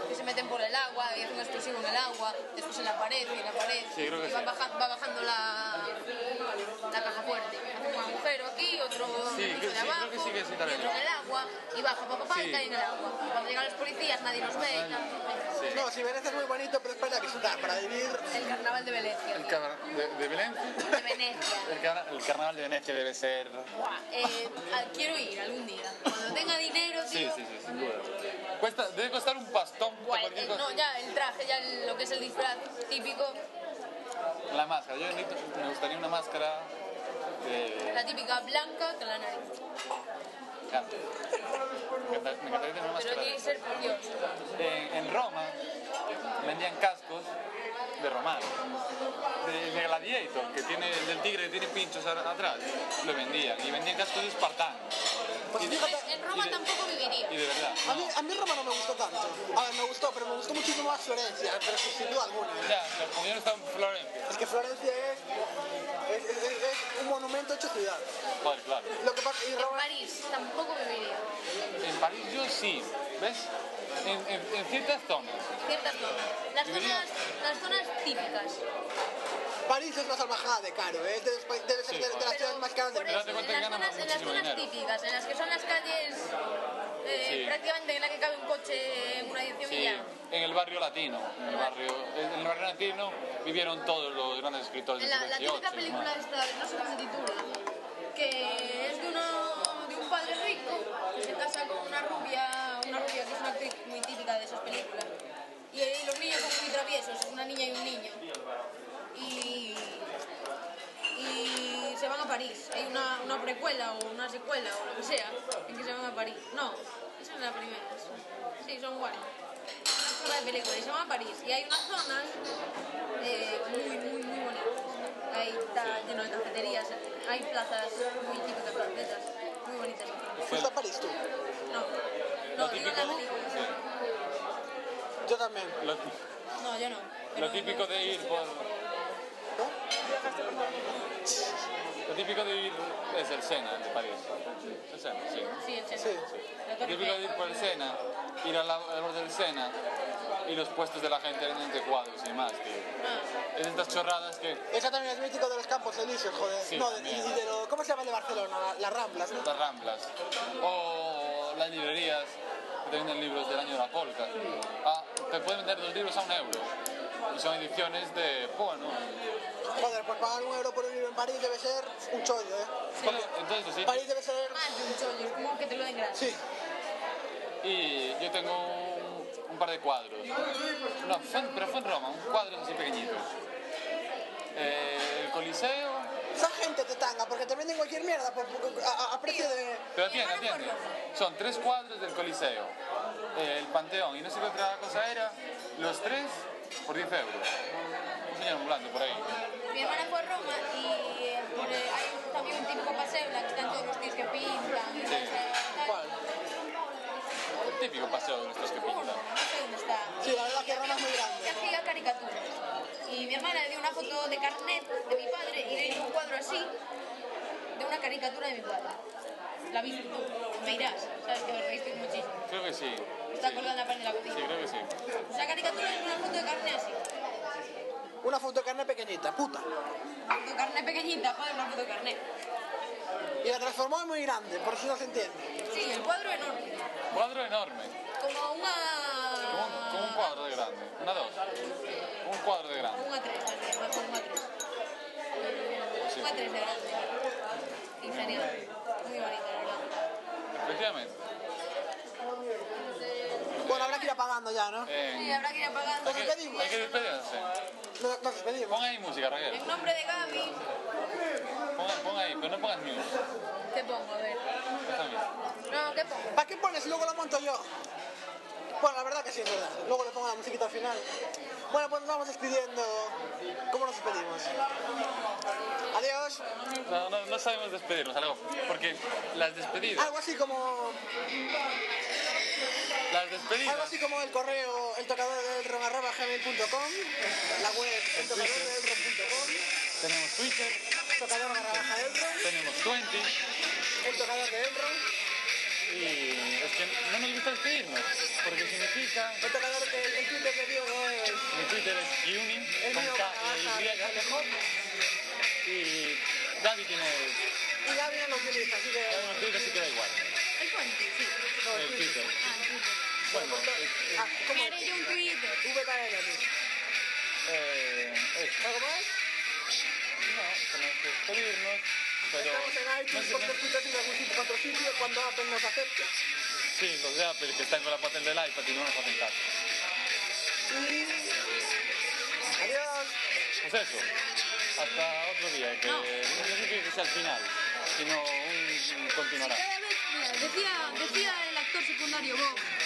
que se meten por el agua y hacen un explosivo en el agua, después en la pared y en la pared.
Sí, creo que
y va,
sí.
baja- va bajando la, la caja fuerte. Hace un agujero aquí, otro
Sí,
piso
que-
de
sí, creo
abajo,
que sí, que sí, tal
y
vez.
otro en el agua, y baja, papá,
Sí.
y cae en el agua. Y cuando llegan los policías nadie los ve. y tal.
Sí.
No, si Venecia es muy bonito, pero es para visitar, para vivir.
El carnaval de Venecia.
El carna- de, de Belén.
De Venecia.
El, carna- el carnaval de Venecia debe ser.
Buah, eh, ah, quiero ir algún día. Cuando tenga dinero,
Sí,
tío.
sí, sí, sin duda. Cuesta, debe costar un pastón.
Buah, el-
cualquier
el-
cosa.
eh, no, ya el traje, ya el- lo que es el disfraz típico,
La máscara, yo necesito, me gustaría una máscara de
la típica blanca con la nariz.
encanto. Me encanta- me encantaría tener una
Pero
máscara.
tiene que ser curioso.
En, en Roma vendían cascos de romano, de, de gladiator, que tiene el del tigre que tiene pinchos a- atrás, lo vendían. Y vendían cascos de espartano,
Pues fíjate,
En Roma tampoco viviría.
y de verdad.
a mí, a mí Roma no me gustó tanto. A ver, me gustó, pero me gustó muchísimo más Florencia, pero sin sin duda alguna.
Ya, los como yo no estaba en Florencia.
Es que Florencia es, es, es- es- es un monumento hecho ciudad.
Joder, claro.
Lo que pasa y
En
Roma,
París tampoco viviría.
En París yo sí, ¿ves? En, en- en ciertas zonas.
Ciertas zonas. Las zonas, las zonas típicas.
París es una salvajada de caro, ¿eh? es de, los pa- debe ser de, de las ciudades más caras del
por
mundo.
eso,
Date
en
cuenta que
las
ganan
zonas, en las
muchísimo
zonas
dinero.
típicas, en las que son las calles eh,
Sí.
prácticamente en la que cabe un coche en una dirección y
Sí,
ya.
en el barrio latino. En el barrio, en el barrio latino vivieron todos los grandes escritores
En
del
la,
siglo
la
XVIII
típica
y demás.
película esta, no sé cómo se titula, que es de, uno, de un padre rico que se casa con una rubia, una rubia que es una actriz muy típica de esas películas. Y ahí los niños son muy traviesos, una niña y un niño. Y, y se van a París. Hay una, una precuela o una secuela o lo que sea en que se van a París. No, esa es la primera. Sí, son guay. Una zona de película y se van a París. Y hay unas zonas eh, muy, muy, muy bonitas. Ahí está lleno de cafeterías, hay plazas muy típicas francesas, muy bonitas.
¿Fuiste a París tú?
No,
Lo
no, digo en la
típico,
película.
Yo también.
Lo,
No, yo no.
lo típico de ir por.
¿No?
Lo típico de ir es el Sena de París. El Sena, sí.
Sí, el
Sí.
centro. La
Lo
Torre
típico de ir
Eiffel.
por el Sena, ir al lado al borde del Sena y los puestos de la gente entre cuadros y demás, tío.
Ah,
Es de estas chorradas que.
Esa también es mítico de los campos elíseos, joder.
Sí,
no, de- y,
también.
y de lo, ¿Cómo se llama el de Barcelona? La- Las Ramblas, ¿no?
Las ramblas. O las librerías que te venden libros del año de la polca. Ah, te pueden vender los libros a un euro. Y son ediciones de. Bueno.
Joder, pues pagar un euro por un libro en París debe ser un chollo, ¿eh?
Entonces, sí.
París debe ser...
Más de un chollo, es como que te lo den gratis.
Sí.
y yo tengo un, un par de cuadros. No, fue en- pero fue en Roma, un cuadros así pequeñitos. Eh, el Coliseo,
Esa gente te tanga porque te venden cualquier mierda por- por- a, a- a precio de...
pero
Mi
atiende,
hermana fue
atiende. Son tres cuadros del Coliseo, eh, el Panteón y no sé qué otra cosa era, los tres por 10 euros. Un señor ambulante por ahí.
Mi hermana fue a Roma y eh, por, eh, hay también un típico paseo en la que están todos los tíos que pintan. y
Sí.
tal.
¿Cuál?
El típico paseo de nuestros que
Uno,
pintan.
no sé dónde está.
Sí, la verdad que Roma es muy
que
grande.
hacía caricaturas. Y mi hermana le dio una foto de carnet de mi padre y le hizo un cuadro así de una caricatura de mi padre. La viste tú, me irás, sabes que os reísteis muchísimo.
Creo que sí.
Está colgada en la pared de la
Sí,
cocina.
creo que sí.
Una caricatura es una foto de carnet así. Una
Una foto de carne pequeñita, puta.
foto de carnet pequeñita, padre, una foto de carnet.
Y la transformó en muy grande, por eso no se entiende.
Sí, el cuadro enorme.
Cuadro enorme,
Como
como un, como un
una...
cuadro de grande, una dos. Un cuadro de grande.
Como una tres, así, más como una tres.
Sí.
Una tres de grande. Y genial. Muy bonito, la verdad.
Efectivamente.
Bueno, habrá que ir apagando ya, ¿no?
Sí,
Eh,
habrá que ir apagando.
hay, que, hay que despedirse.
Nos, nos despedimos.
Pon ahí música, Raquel.
En nombre de Gaby,
Pon, pon ahí, pero no pongas news.
¿qué pongo? A ver. No, ¿qué pongo?
¿Para qué pones? Luego lo monto yo. Bueno, la verdad que sí, es verdad. Luego le pongo la musiquita al final. Bueno, pues nos vamos despidiendo. ¿Cómo nos despedimos? Adiós.
No, no, no sabemos despedirnos, algo. Porque las despedidas,
Algo así como
las
algo
despedidas,
así como el correo el tocador del ron arroba gmail.com, la web el tocador del ron.com,
tenemos Twitter,
tocador barra baja del ron,
tenemos 20
el tocador de Elron,
y es que no nos gusta despedirnos, porque significa
el tocador de
Yunin con K eh, y griega. Y David tiene.
Y Gaby no tiene lista, así que.
David no Twitter, así que da igual.
¿Hay fuente? Sí.
No,
El
Twitter.
Twitter.
Ah, Twitter.
Bueno,
Ah, ¿cómo?
Me haré yo un Twitter.
V para el
eh, eso.
¿Algo más?
No, tenemos que despedirnos, pero.
Estamos en iTunes,
no sé,
porque Twitter tiene algún sitio para otro sitio cuando Apple nos acepte.
Sí, los de Apple que están con la patente del iPad y no nos hacen caso.
Y. Adiós.
Pues eso, hasta otro día, que no,
No.
sé qué es al final, sino un
Si
continuará.
cada vez, mira, decía, decía el actor secundario Bob Eh,